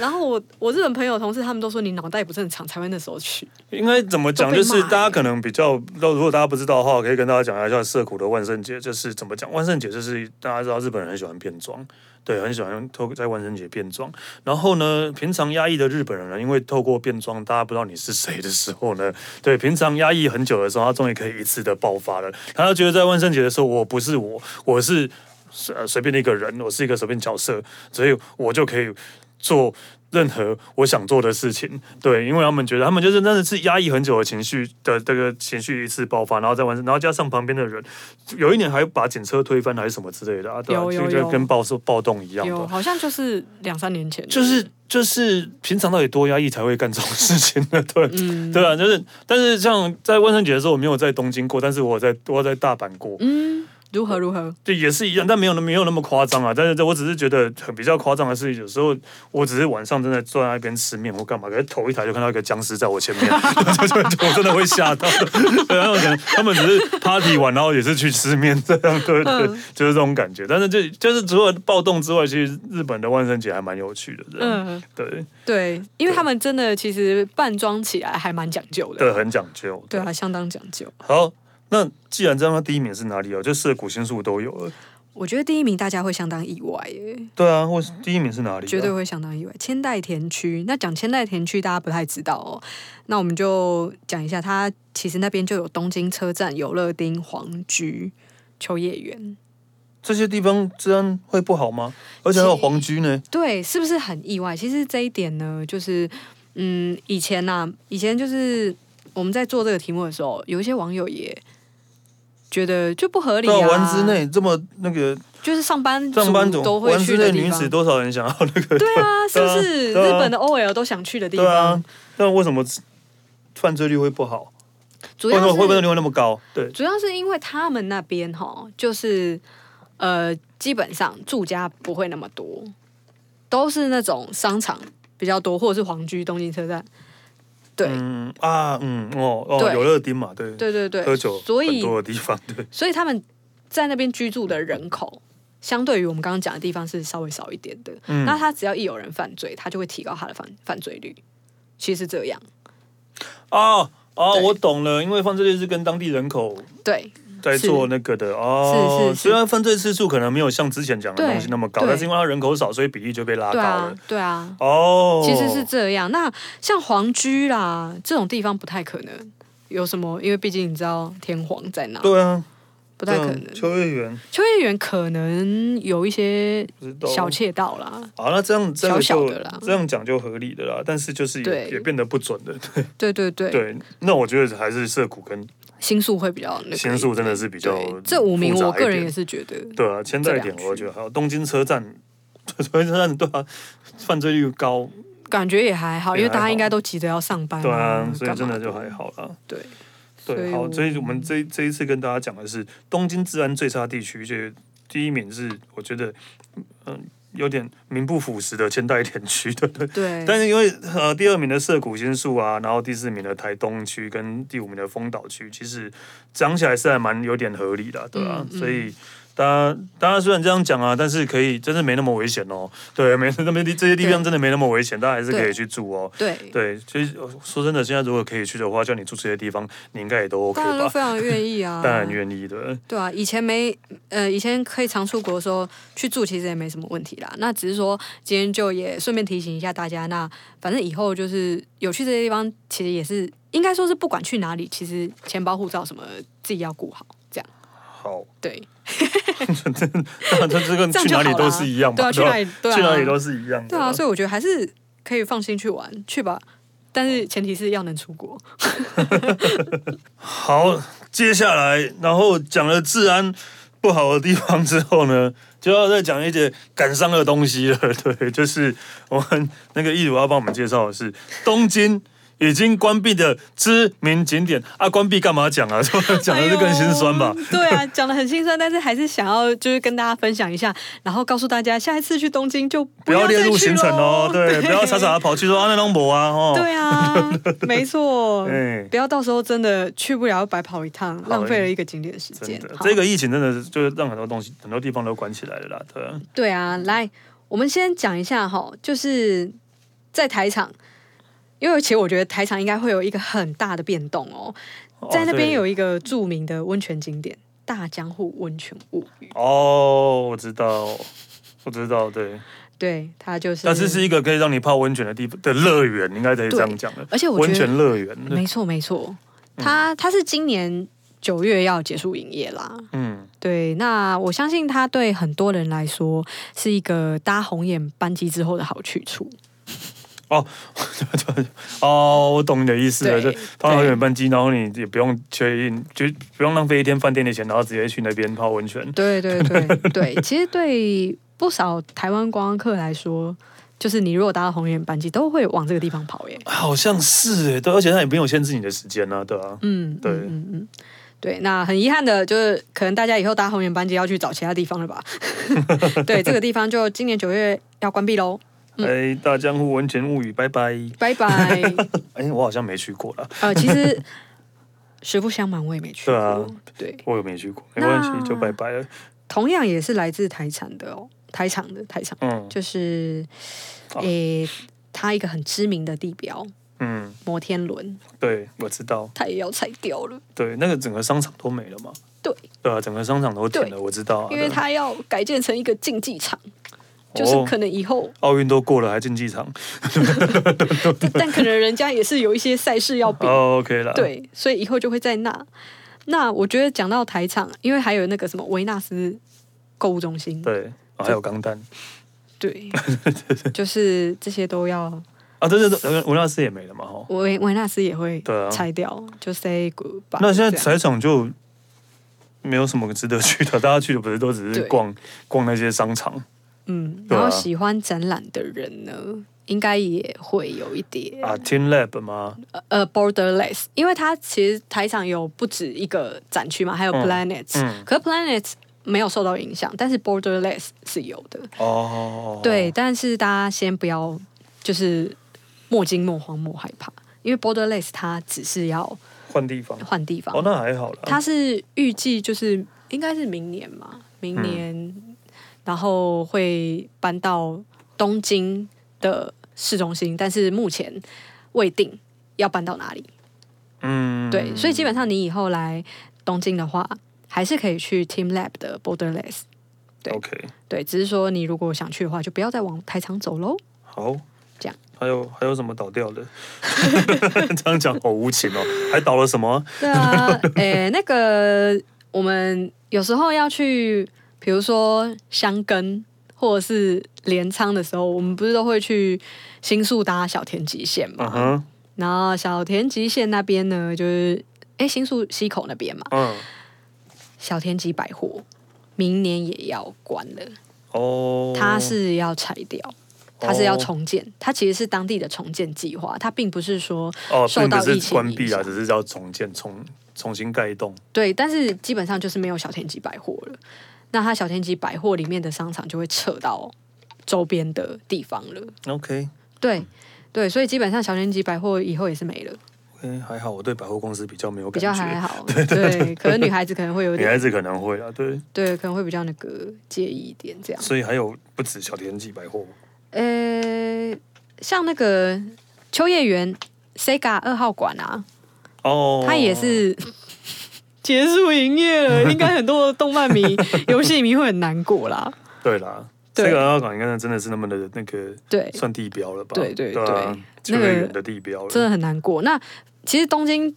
Speaker 2: 然后我我日本朋友同事他们都说你脑袋不正常才会那时候去。
Speaker 1: 应该怎么讲？
Speaker 2: 都被
Speaker 1: 就
Speaker 2: 骂
Speaker 1: 是大家
Speaker 2: 欸
Speaker 1: 可能比较，到如果大家不知道的话，我可以跟大家讲一下涩谷的万圣节，就是怎么讲。万圣节就是大家知道日本人很喜欢变装，对，很喜欢透在万圣节变装。然后呢，平常压抑的日本人呢，因为透过变装，大家不知道你是谁的时候呢， 对，平常压抑很久的时候，他终于可以一次的爆发了。他觉得在万圣节的时候，我不是我，我是呃随便的一个人，我是一个随便角色，所以我就可以做任何我想做的事情。对，因为他们觉得他们就是真的是压抑很久的情绪的这个情绪一次爆发，然后再完成，然后加上旁边的人，有一年还把警车推翻还是什么之类的啊，对啊
Speaker 2: 有有
Speaker 1: 这个
Speaker 2: 有
Speaker 1: 跟暴是暴动一样
Speaker 2: 有，
Speaker 1: 的。
Speaker 2: 好像就是两三年前，
Speaker 1: 就是就是平常到底多压抑才会干这种事情呢？ 对，
Speaker 2: 嗯
Speaker 1: 对啊，就是但是像在万圣节的时候，我没有在东京过，但是我有在我有在大阪过，
Speaker 2: 嗯，如何如何？
Speaker 1: 对，也是一样，但没有那没有那么夸张啊。但是我只是觉得很比较夸张的是，有时候我只是晚上真的坐在那边吃面或干嘛，可是头一抬就看到一个僵尸在我前面， 就就就我真的会吓到的。对，他们可能他们只是 party 完，然后也是去吃面这样，对对，
Speaker 2: 嗯
Speaker 1: 就是这种感觉。但是就就是除了暴动之外，其实日本的万圣节还蛮有趣的，嗯，
Speaker 2: 嗯，
Speaker 1: 对
Speaker 2: 对，因为他们真的其实扮装起来还蛮讲究的，
Speaker 1: 对，很讲究。
Speaker 2: 对啊，相当讲究。
Speaker 1: 好，那既然这样，第一名是哪里哦？就涩谷新宿都有了。
Speaker 2: 我觉得第一名大家会相当意外耶，
Speaker 1: 对啊，或是第一名是哪里、啊？
Speaker 2: 绝对会相当意外。千代田区，那讲千代田区大家不太知道哦，那我们就讲一下，它其实那边就有东京车站、有乐町、皇居、秋叶原。
Speaker 1: 这些地方治安会不好吗？而且还有
Speaker 2: 其
Speaker 1: 皇居呢。
Speaker 2: 对，是不是很意外？其实这一点呢，就是嗯，以前呐、以前就是我们在做这个题目的时候，有一些网友也觉得就不合理
Speaker 1: 对啊，
Speaker 2: 啊，
Speaker 1: 丸之内这么那个
Speaker 2: 就是上班族
Speaker 1: 上班族，
Speaker 2: 都会
Speaker 1: 丸
Speaker 2: 去
Speaker 1: 之
Speaker 2: 的
Speaker 1: 内
Speaker 2: 地
Speaker 1: 女
Speaker 2: 方
Speaker 1: 子，多少人想要那个？
Speaker 2: 对啊，是
Speaker 1: 对啊
Speaker 2: 不是、
Speaker 1: 对啊
Speaker 2: 日本的 OL 都想去的地
Speaker 1: 对
Speaker 2: 方
Speaker 1: 啊？，那为什么犯罪率会不好？
Speaker 2: 主
Speaker 1: 为什
Speaker 2: 要
Speaker 1: 么
Speaker 2: 是
Speaker 1: 会不会率会那么高？对，
Speaker 2: 主要是因为他们那边哈，就是呃，基本上住家不会那么多，都是那种商场比较多，或者是皇居、东京车站。对，
Speaker 1: 嗯啊，嗯哦哦，
Speaker 2: 对
Speaker 1: 有乐町嘛，对，
Speaker 2: 对对对，
Speaker 1: 喝酒
Speaker 2: 所
Speaker 1: 很
Speaker 2: 以
Speaker 1: 多的地方，对，
Speaker 2: 所以他们在那边居住的人口，相对于我们刚刚讲的地方是稍微少一点的。
Speaker 1: 嗯
Speaker 2: 那他只要一有人犯罪，他就会提高他的犯犯罪率。其实是这样，
Speaker 1: 哦哦，
Speaker 2: 对
Speaker 1: 我懂了，因为犯罪率是跟当地人口
Speaker 2: 对
Speaker 1: 在
Speaker 2: 是
Speaker 1: 做那个的哦
Speaker 2: 是。是
Speaker 1: 虽然犯罪次数可能没有像之前讲的
Speaker 2: 对
Speaker 1: 东西那么高，
Speaker 2: 对
Speaker 1: 但是因为它人口少，所以比例就被拉高
Speaker 2: 对啊
Speaker 1: 了。，
Speaker 2: 对啊。
Speaker 1: 哦，
Speaker 2: 其实是这样。那像皇居啦这种地方不太可能有什么，因为毕竟你知道天皇在哪，
Speaker 1: 对啊，
Speaker 2: 不太
Speaker 1: 对啊
Speaker 2: 可能。
Speaker 1: 秋叶原
Speaker 2: 秋叶原可能有一些
Speaker 1: 不知道
Speaker 2: 小窃盗啦，
Speaker 1: 好，那这样这个就
Speaker 2: 小小的啦
Speaker 1: 这样讲就合理的啦，但是就是也
Speaker 2: 对
Speaker 1: 也变得不准了。
Speaker 2: 对对对，
Speaker 1: 对，那我觉得还是涉谷跟
Speaker 2: 新宿会比较那个一点。
Speaker 1: 新宿真的是比较
Speaker 2: 对这五名，
Speaker 1: 复杂
Speaker 2: 我
Speaker 1: 一
Speaker 2: 个人
Speaker 1: 点
Speaker 2: 也是觉得，
Speaker 1: 对啊，千代
Speaker 2: 这
Speaker 1: 点
Speaker 2: 两区
Speaker 1: 我觉得还有东京车站， 东京车站对啊，犯罪率高，
Speaker 2: 感觉也还好，
Speaker 1: 也
Speaker 2: 因为
Speaker 1: 还
Speaker 2: 大家应
Speaker 1: 好
Speaker 2: 该都急着要上班、
Speaker 1: 对啊，所以
Speaker 2: 嗯干
Speaker 1: 真
Speaker 2: 嘛
Speaker 1: 的就还好啦。
Speaker 2: 对。所
Speaker 1: 对，
Speaker 2: 以
Speaker 1: 好，
Speaker 2: 我
Speaker 1: 所以我们这这一次跟大家讲的是东京治安最差地区，就是第一名是我觉得嗯有点名不副实的千代田区，对对。
Speaker 2: 对，
Speaker 1: 但是因为呃第二名的涩谷新宿啊，然后第四名的台东区跟第五名的丰岛区，其实讲起来是还蛮有点合理的，对吧、
Speaker 2: 嗯嗯
Speaker 1: 所以大家大家虽然这样讲啊，但是可以真的没那么危险哦。对，没那么这些地方
Speaker 2: 对
Speaker 1: 真的没那么危险，大家还是可以
Speaker 2: 对
Speaker 1: 去住哦。
Speaker 2: 对，
Speaker 1: 对，其实呃说真的，现在如果可以去的话，叫你住这些地方，你应该也都 OK
Speaker 2: 当然都
Speaker 1: 吧？
Speaker 2: 非常愿意啊，
Speaker 1: 当然愿意的，
Speaker 2: 对啊，以前没呃，以前可以常出国的时候去住，其实也没什么问题啦。那只是说今天就也顺便提醒一下大家，那反正以后就是有去这些地方，其实也是应该说是不管去哪里，其实钱包、护照什么自己要顾好，这样
Speaker 1: 好，
Speaker 2: 对，
Speaker 1: 当然这这跟
Speaker 2: 这样
Speaker 1: 去哪
Speaker 2: 就好
Speaker 1: 里都
Speaker 2: 啦
Speaker 1: 是一样
Speaker 2: 对
Speaker 1: 嘛，
Speaker 2: 啊，去
Speaker 1: 吧
Speaker 2: 哪里对啊，
Speaker 1: 去哪里都是一样的。
Speaker 2: 对啊，所以我觉得还是可以放心去玩，去吧。但是前提是要能出国，
Speaker 1: 好，接下来，然后讲了治安不好的地方之后呢，就要再讲一些感伤的东西了。 对，就是我们那个易如要帮我们介绍的是东京。已经关闭的知名景点啊，关闭干嘛讲啊？ 讲的是更心酸吧
Speaker 2: 哎？呦对啊，讲的很心酸，但是还是想要就是跟大家分享一下，然后告诉大家下一次去东京就
Speaker 1: 不
Speaker 2: 不
Speaker 1: 要列
Speaker 2: 再
Speaker 1: 入
Speaker 2: 去
Speaker 1: 行程哦
Speaker 2: 咯，
Speaker 1: 对，不要傻傻地跑去说啊那东博啊，哦，
Speaker 2: 对啊，没错
Speaker 1: 哎，
Speaker 2: 不要到时候真的去不了，白跑一趟，
Speaker 1: 好
Speaker 2: 浪费了一个景点时
Speaker 1: 真
Speaker 2: 间
Speaker 1: 的。，
Speaker 2: 好
Speaker 1: 哦这个疫情真的是就是让很多东西、很多地方都关起来了啦，对啊，
Speaker 2: 对啊，来，我们先讲一下哈，就是在台场，因为其实我觉得台场应该会有一个很大的变动哦，
Speaker 1: 哦
Speaker 2: 在那边
Speaker 1: 对
Speaker 2: 有一个著名的温泉景点——大江户温泉物语，
Speaker 1: 哦，我知道，我知道，对。
Speaker 2: 对，它就是，
Speaker 1: 但是是一个可以让你泡温泉的地方的乐园，应该可以这样讲的。
Speaker 2: 而且我
Speaker 1: 温
Speaker 2: 觉得
Speaker 1: 泉乐园，
Speaker 2: 没错没错，它它是今年九月要结束营业啦，
Speaker 1: 嗯，
Speaker 2: 对，那我相信它对很多人来说是一个搭红眼班机之后的好去处，
Speaker 1: 哦，我懂你的意思了，就
Speaker 2: 对
Speaker 1: 泡温
Speaker 2: 对
Speaker 1: 泉班机，然后你也不用确定，就不用浪费一天饭店的钱，然后直接去那边泡温泉。
Speaker 2: 对对对对，其实对不少台湾观光客来说，就是你如果搭到红眼班机，都会往这个地方跑耶。
Speaker 1: 好像是哎，对，而且它也没有限制你的时间啊，对啊，
Speaker 2: 嗯，
Speaker 1: 对
Speaker 2: 嗯嗯嗯，对。那很遗憾的就是，可能大家以后搭红眼班机要去找其他地方了吧？ 对，这个地方就今年九月要关闭喽，
Speaker 1: 哎，大江户温泉物语，拜拜。
Speaker 2: 拜拜。
Speaker 1: 哎，我好像没去过啦，
Speaker 2: 呃，其实实不相瞒，我也没去
Speaker 1: 对啊
Speaker 2: 过。对，
Speaker 1: 我也没去过，没
Speaker 2: 那
Speaker 1: 关系，就拜拜了。
Speaker 2: 同样也是来自台产的哦，台场的台场，
Speaker 1: 嗯
Speaker 2: 就是
Speaker 1: 哦
Speaker 2: 诶，它一个很知名的地标。
Speaker 1: 嗯，
Speaker 2: 摩天轮，
Speaker 1: 对，我知道，
Speaker 2: 它也要拆掉了。
Speaker 1: 对，那个整个商场都没了嘛。
Speaker 2: 对，
Speaker 1: 对啊，整个商场都停了，
Speaker 2: 对
Speaker 1: 我知道啊。
Speaker 2: 因为
Speaker 1: 对啊
Speaker 2: 它要改建成一个竞技场，就
Speaker 1: 哦
Speaker 2: 是可能以后，
Speaker 1: 奥运都过了，还竞技场。
Speaker 2: 但但可能人家也是有一些赛事要比，
Speaker 1: 哦，OK 啦。，
Speaker 2: 对，所以以后就会在那。那我觉得讲到台场，因为还有那个什么维纳斯购物中心，
Speaker 1: 对，哦还有钢弹
Speaker 2: 对，就是这些都要
Speaker 1: 啊，对对对，维纳斯也没了嘛哈。
Speaker 2: 维维纳斯也会
Speaker 1: 对啊
Speaker 2: 拆掉，就 say goodbye 这样。
Speaker 1: 那现在彩场就没有什么值得去的，大 家去的不是都只是
Speaker 2: 对
Speaker 1: 逛逛那些商场？
Speaker 2: 嗯，
Speaker 1: 对
Speaker 2: 然
Speaker 1: 啊
Speaker 2: 后喜欢展览的人呢，应该也会有一点
Speaker 1: 啊，Team Lab 吗？
Speaker 2: 呃 Borderless，因为它其实台场有不止一个展区嘛，还有
Speaker 1: 嗯
Speaker 2: Planets，、
Speaker 1: 嗯
Speaker 2: 可是 Planets 没有受到影响，但是 Borderless 是有的。
Speaker 1: 哦，
Speaker 2: 对，，但是大家先不要就是莫惊莫慌莫害怕，因为 Borderless 它只是要
Speaker 1: 换地方。
Speaker 2: 换地方，
Speaker 1: 哦，那还好啦。
Speaker 2: 它是预计就是应该是明年嘛，明年、然后会搬到东京的市中心，但是目前未定要搬到哪里。
Speaker 1: 嗯，
Speaker 2: 对，所以基本上你以后来东京的话，还是可以去 Team Lab 的 Borderless。对
Speaker 1: OK，
Speaker 2: 对，只是说你如果想去的话，就不要再往台场走喽。
Speaker 1: 好，
Speaker 2: 这样
Speaker 1: 还有还有什么倒掉的？ 这样讲好无情哦，还倒了什么？
Speaker 2: 对 啊，诶、那个我们有时候要去，比如说箱根或者是镰仓的时候，我们不是都会去新宿搭小田急线
Speaker 1: 嗯
Speaker 2: 嘛？
Speaker 1: 哼，
Speaker 2: 然后小田急线那边呢，就是诶新宿西口那边嘛，
Speaker 1: 嗯，
Speaker 2: 小田急百货明年也要关了，
Speaker 1: 哦，
Speaker 2: 它是要拆掉。它是要
Speaker 1: 哦
Speaker 2: 重建，它其实是当地的重建计划，它并不是说
Speaker 1: 哦，
Speaker 2: 受
Speaker 1: 并不
Speaker 2: 到
Speaker 1: 是
Speaker 2: 疫情
Speaker 1: 关
Speaker 2: 影
Speaker 1: 闭啊，
Speaker 2: 响
Speaker 1: 只是要重建、重重新盖一栋。
Speaker 2: 对，但是基本上就是没有小田急百货了。那它小田急百货里面的商场就会撤到周边的地方了。
Speaker 1: OK。
Speaker 2: 对，对，所以基本上小田急百货以后也是没了，
Speaker 1: OK，还好我对百货公司比较没有
Speaker 2: 比
Speaker 1: 感
Speaker 2: 较还
Speaker 1: 觉，
Speaker 2: 好。 对，可能女孩子可能会 有
Speaker 1: 女孩
Speaker 2: 点，
Speaker 1: 子可能会啊，对，
Speaker 2: 对，可能会比较那个介意一点这样。
Speaker 1: 所以还有不止小田急百货，
Speaker 2: 呃，像那个秋叶原 Sega 二号馆啊，
Speaker 1: 哦，
Speaker 2: 它也是 结束营业了，应该很多动漫 迷、游戏迷会很难过啦。
Speaker 1: 对啦，
Speaker 2: 对
Speaker 1: 这个二港应该真的是那么的那个
Speaker 2: 对，
Speaker 1: 算地标了吧？
Speaker 2: 对对
Speaker 1: 啊
Speaker 2: 对
Speaker 1: 秋
Speaker 2: 那个
Speaker 1: 叶原的地标了，
Speaker 2: 真的很难过。那其实东京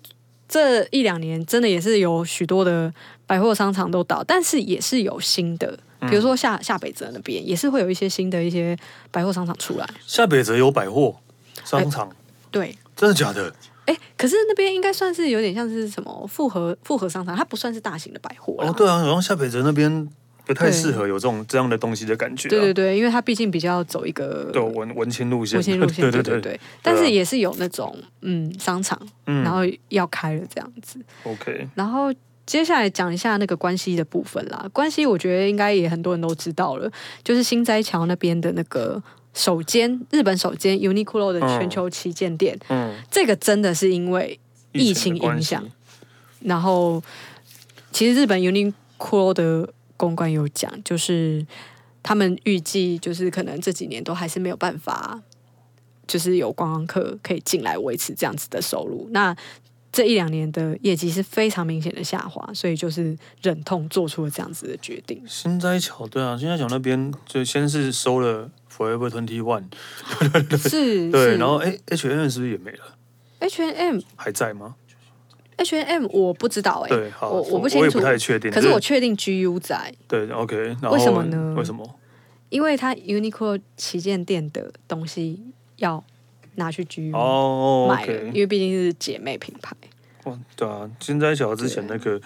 Speaker 2: 这一两年真的也是有许多的百货商场都倒，但是也是有新的，
Speaker 1: 嗯
Speaker 2: 比如说下下北泽那边也是会有一些新的一些百货商场出来。
Speaker 1: 下北泽有百货
Speaker 2: 哎
Speaker 1: 商场，
Speaker 2: 对，
Speaker 1: 真的假的？
Speaker 2: 哎，可是那边应该算是有点像是什么复合复合商场，它不算是大型的百货啦
Speaker 1: 哦，对啊，然后下北泽那边不太
Speaker 2: 对
Speaker 1: 适合有这种这样的东西的感觉、啊，
Speaker 2: 对对对，因为它毕竟比较走一个
Speaker 1: 对文文青路线，
Speaker 2: 无线路线，
Speaker 1: 对
Speaker 2: 对
Speaker 1: 对啊
Speaker 2: 对对，但是也是有那种嗯商场，
Speaker 1: 嗯
Speaker 2: 然后要开了这样子。
Speaker 1: ，OK，
Speaker 2: 然后接下来讲一下那个关系的部分啦。关系我觉得应该也很多人都知道了，就是新斋桥那边的那个首间日本首间 Uniqlo 的全球旗舰店，
Speaker 1: 嗯，
Speaker 2: 这个真的是因为疫情
Speaker 1: 的关
Speaker 2: 影
Speaker 1: 系
Speaker 2: 响，然后其实日本 Uniqlo 的公关有讲，就是他们预计就是可能这几年都还是没有办法，就是有观光客可以进来维持这样子的收入。那这一两年的业绩是非常明显的下滑，所以就是忍痛做出了这样子的决定。
Speaker 1: 新斋桥，对啊，新斋桥那边就先是收了 Forever Twenty One，
Speaker 2: 是，
Speaker 1: 对，
Speaker 2: 是
Speaker 1: 然后哎，H N 是不是也没了？
Speaker 2: H M
Speaker 1: 还在吗？
Speaker 2: H M 我不知道哎、
Speaker 1: 对，好，
Speaker 2: 我
Speaker 1: 我
Speaker 2: 不清
Speaker 1: 也
Speaker 2: 楚
Speaker 1: 不，太确定。
Speaker 2: 可是我
Speaker 1: 就
Speaker 2: 确定 G U 在。
Speaker 1: 对，OK，然后
Speaker 2: 为什么呢
Speaker 1: 为什么？
Speaker 2: 因为它 Uniqlo 旗舰店的东西要拿去 GU
Speaker 1: 哦
Speaker 2: 卖了，因
Speaker 1: ，OK，
Speaker 2: 为毕竟是姐妹品牌。
Speaker 1: 哇，对啊，新斋桥之前那个，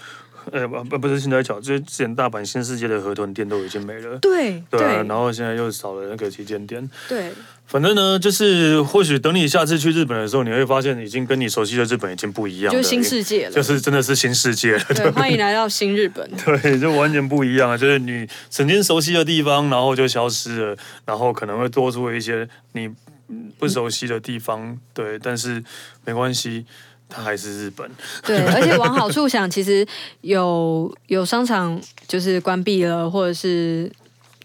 Speaker 1: 呃，不不不是新斋桥，就是之前大阪新世界的河豚店都已经没了。
Speaker 2: 对
Speaker 1: 对啊，然后现在又少了那个旗舰店。
Speaker 2: 对
Speaker 1: 反正呢，就是或许等你下次去日本的时候，你会发现已经跟你熟悉的日本已经不一样
Speaker 2: 就
Speaker 1: 了，欸
Speaker 2: 是新世界了。
Speaker 1: 就是真的是新世界了。
Speaker 2: 对，欢迎来到新日 本。
Speaker 1: 对，就完全不一样啊！就是你曾经熟悉的地方，然后就消失了，然后可能会多出一些你嗯不熟悉的地方。对，但是没关系，它还是日本。
Speaker 2: 对，而且往好处想，其实有有商场就是关闭了，或者是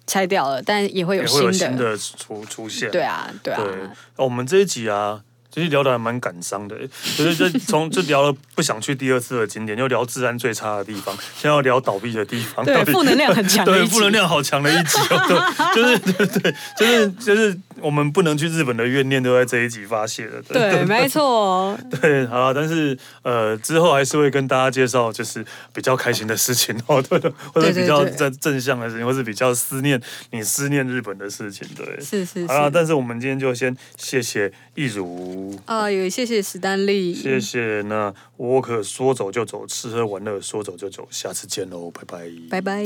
Speaker 2: 拆掉了，但也会有
Speaker 1: 也会有
Speaker 2: 的。
Speaker 1: 新的出出现。
Speaker 2: 对啊，对啊
Speaker 1: 对，，哦我们这一集啊。其实聊的还蛮感伤的，就是这从就聊了不想去第二次的景点，又聊治安最差的地方，现在要聊倒闭的地方，到
Speaker 2: 对，
Speaker 1: 底
Speaker 2: 负能量很强的
Speaker 1: 对
Speaker 2: 一集。
Speaker 1: 负能量好强的一集哦，对，就是对对，就是就是我们不能去日本的怨念都在这一集发泄了，
Speaker 2: 对，没错。
Speaker 1: 对，好啦，但是呃，之后还是会跟大家介绍，就是比较开心的事情哦，对的，或者
Speaker 2: 对对
Speaker 1: 比较
Speaker 2: 对
Speaker 1: 正正向的事情，或是比较思念你思念日本的事情，对。
Speaker 2: 是是
Speaker 1: 好啦，
Speaker 2: 是。
Speaker 1: 但是我们今天就先谢谢易如，
Speaker 2: 啊，也谢谢史丹利，
Speaker 1: 谢谢那沃克说走就走，吃喝玩乐说走就走，下次见喽，拜拜。
Speaker 2: 拜拜。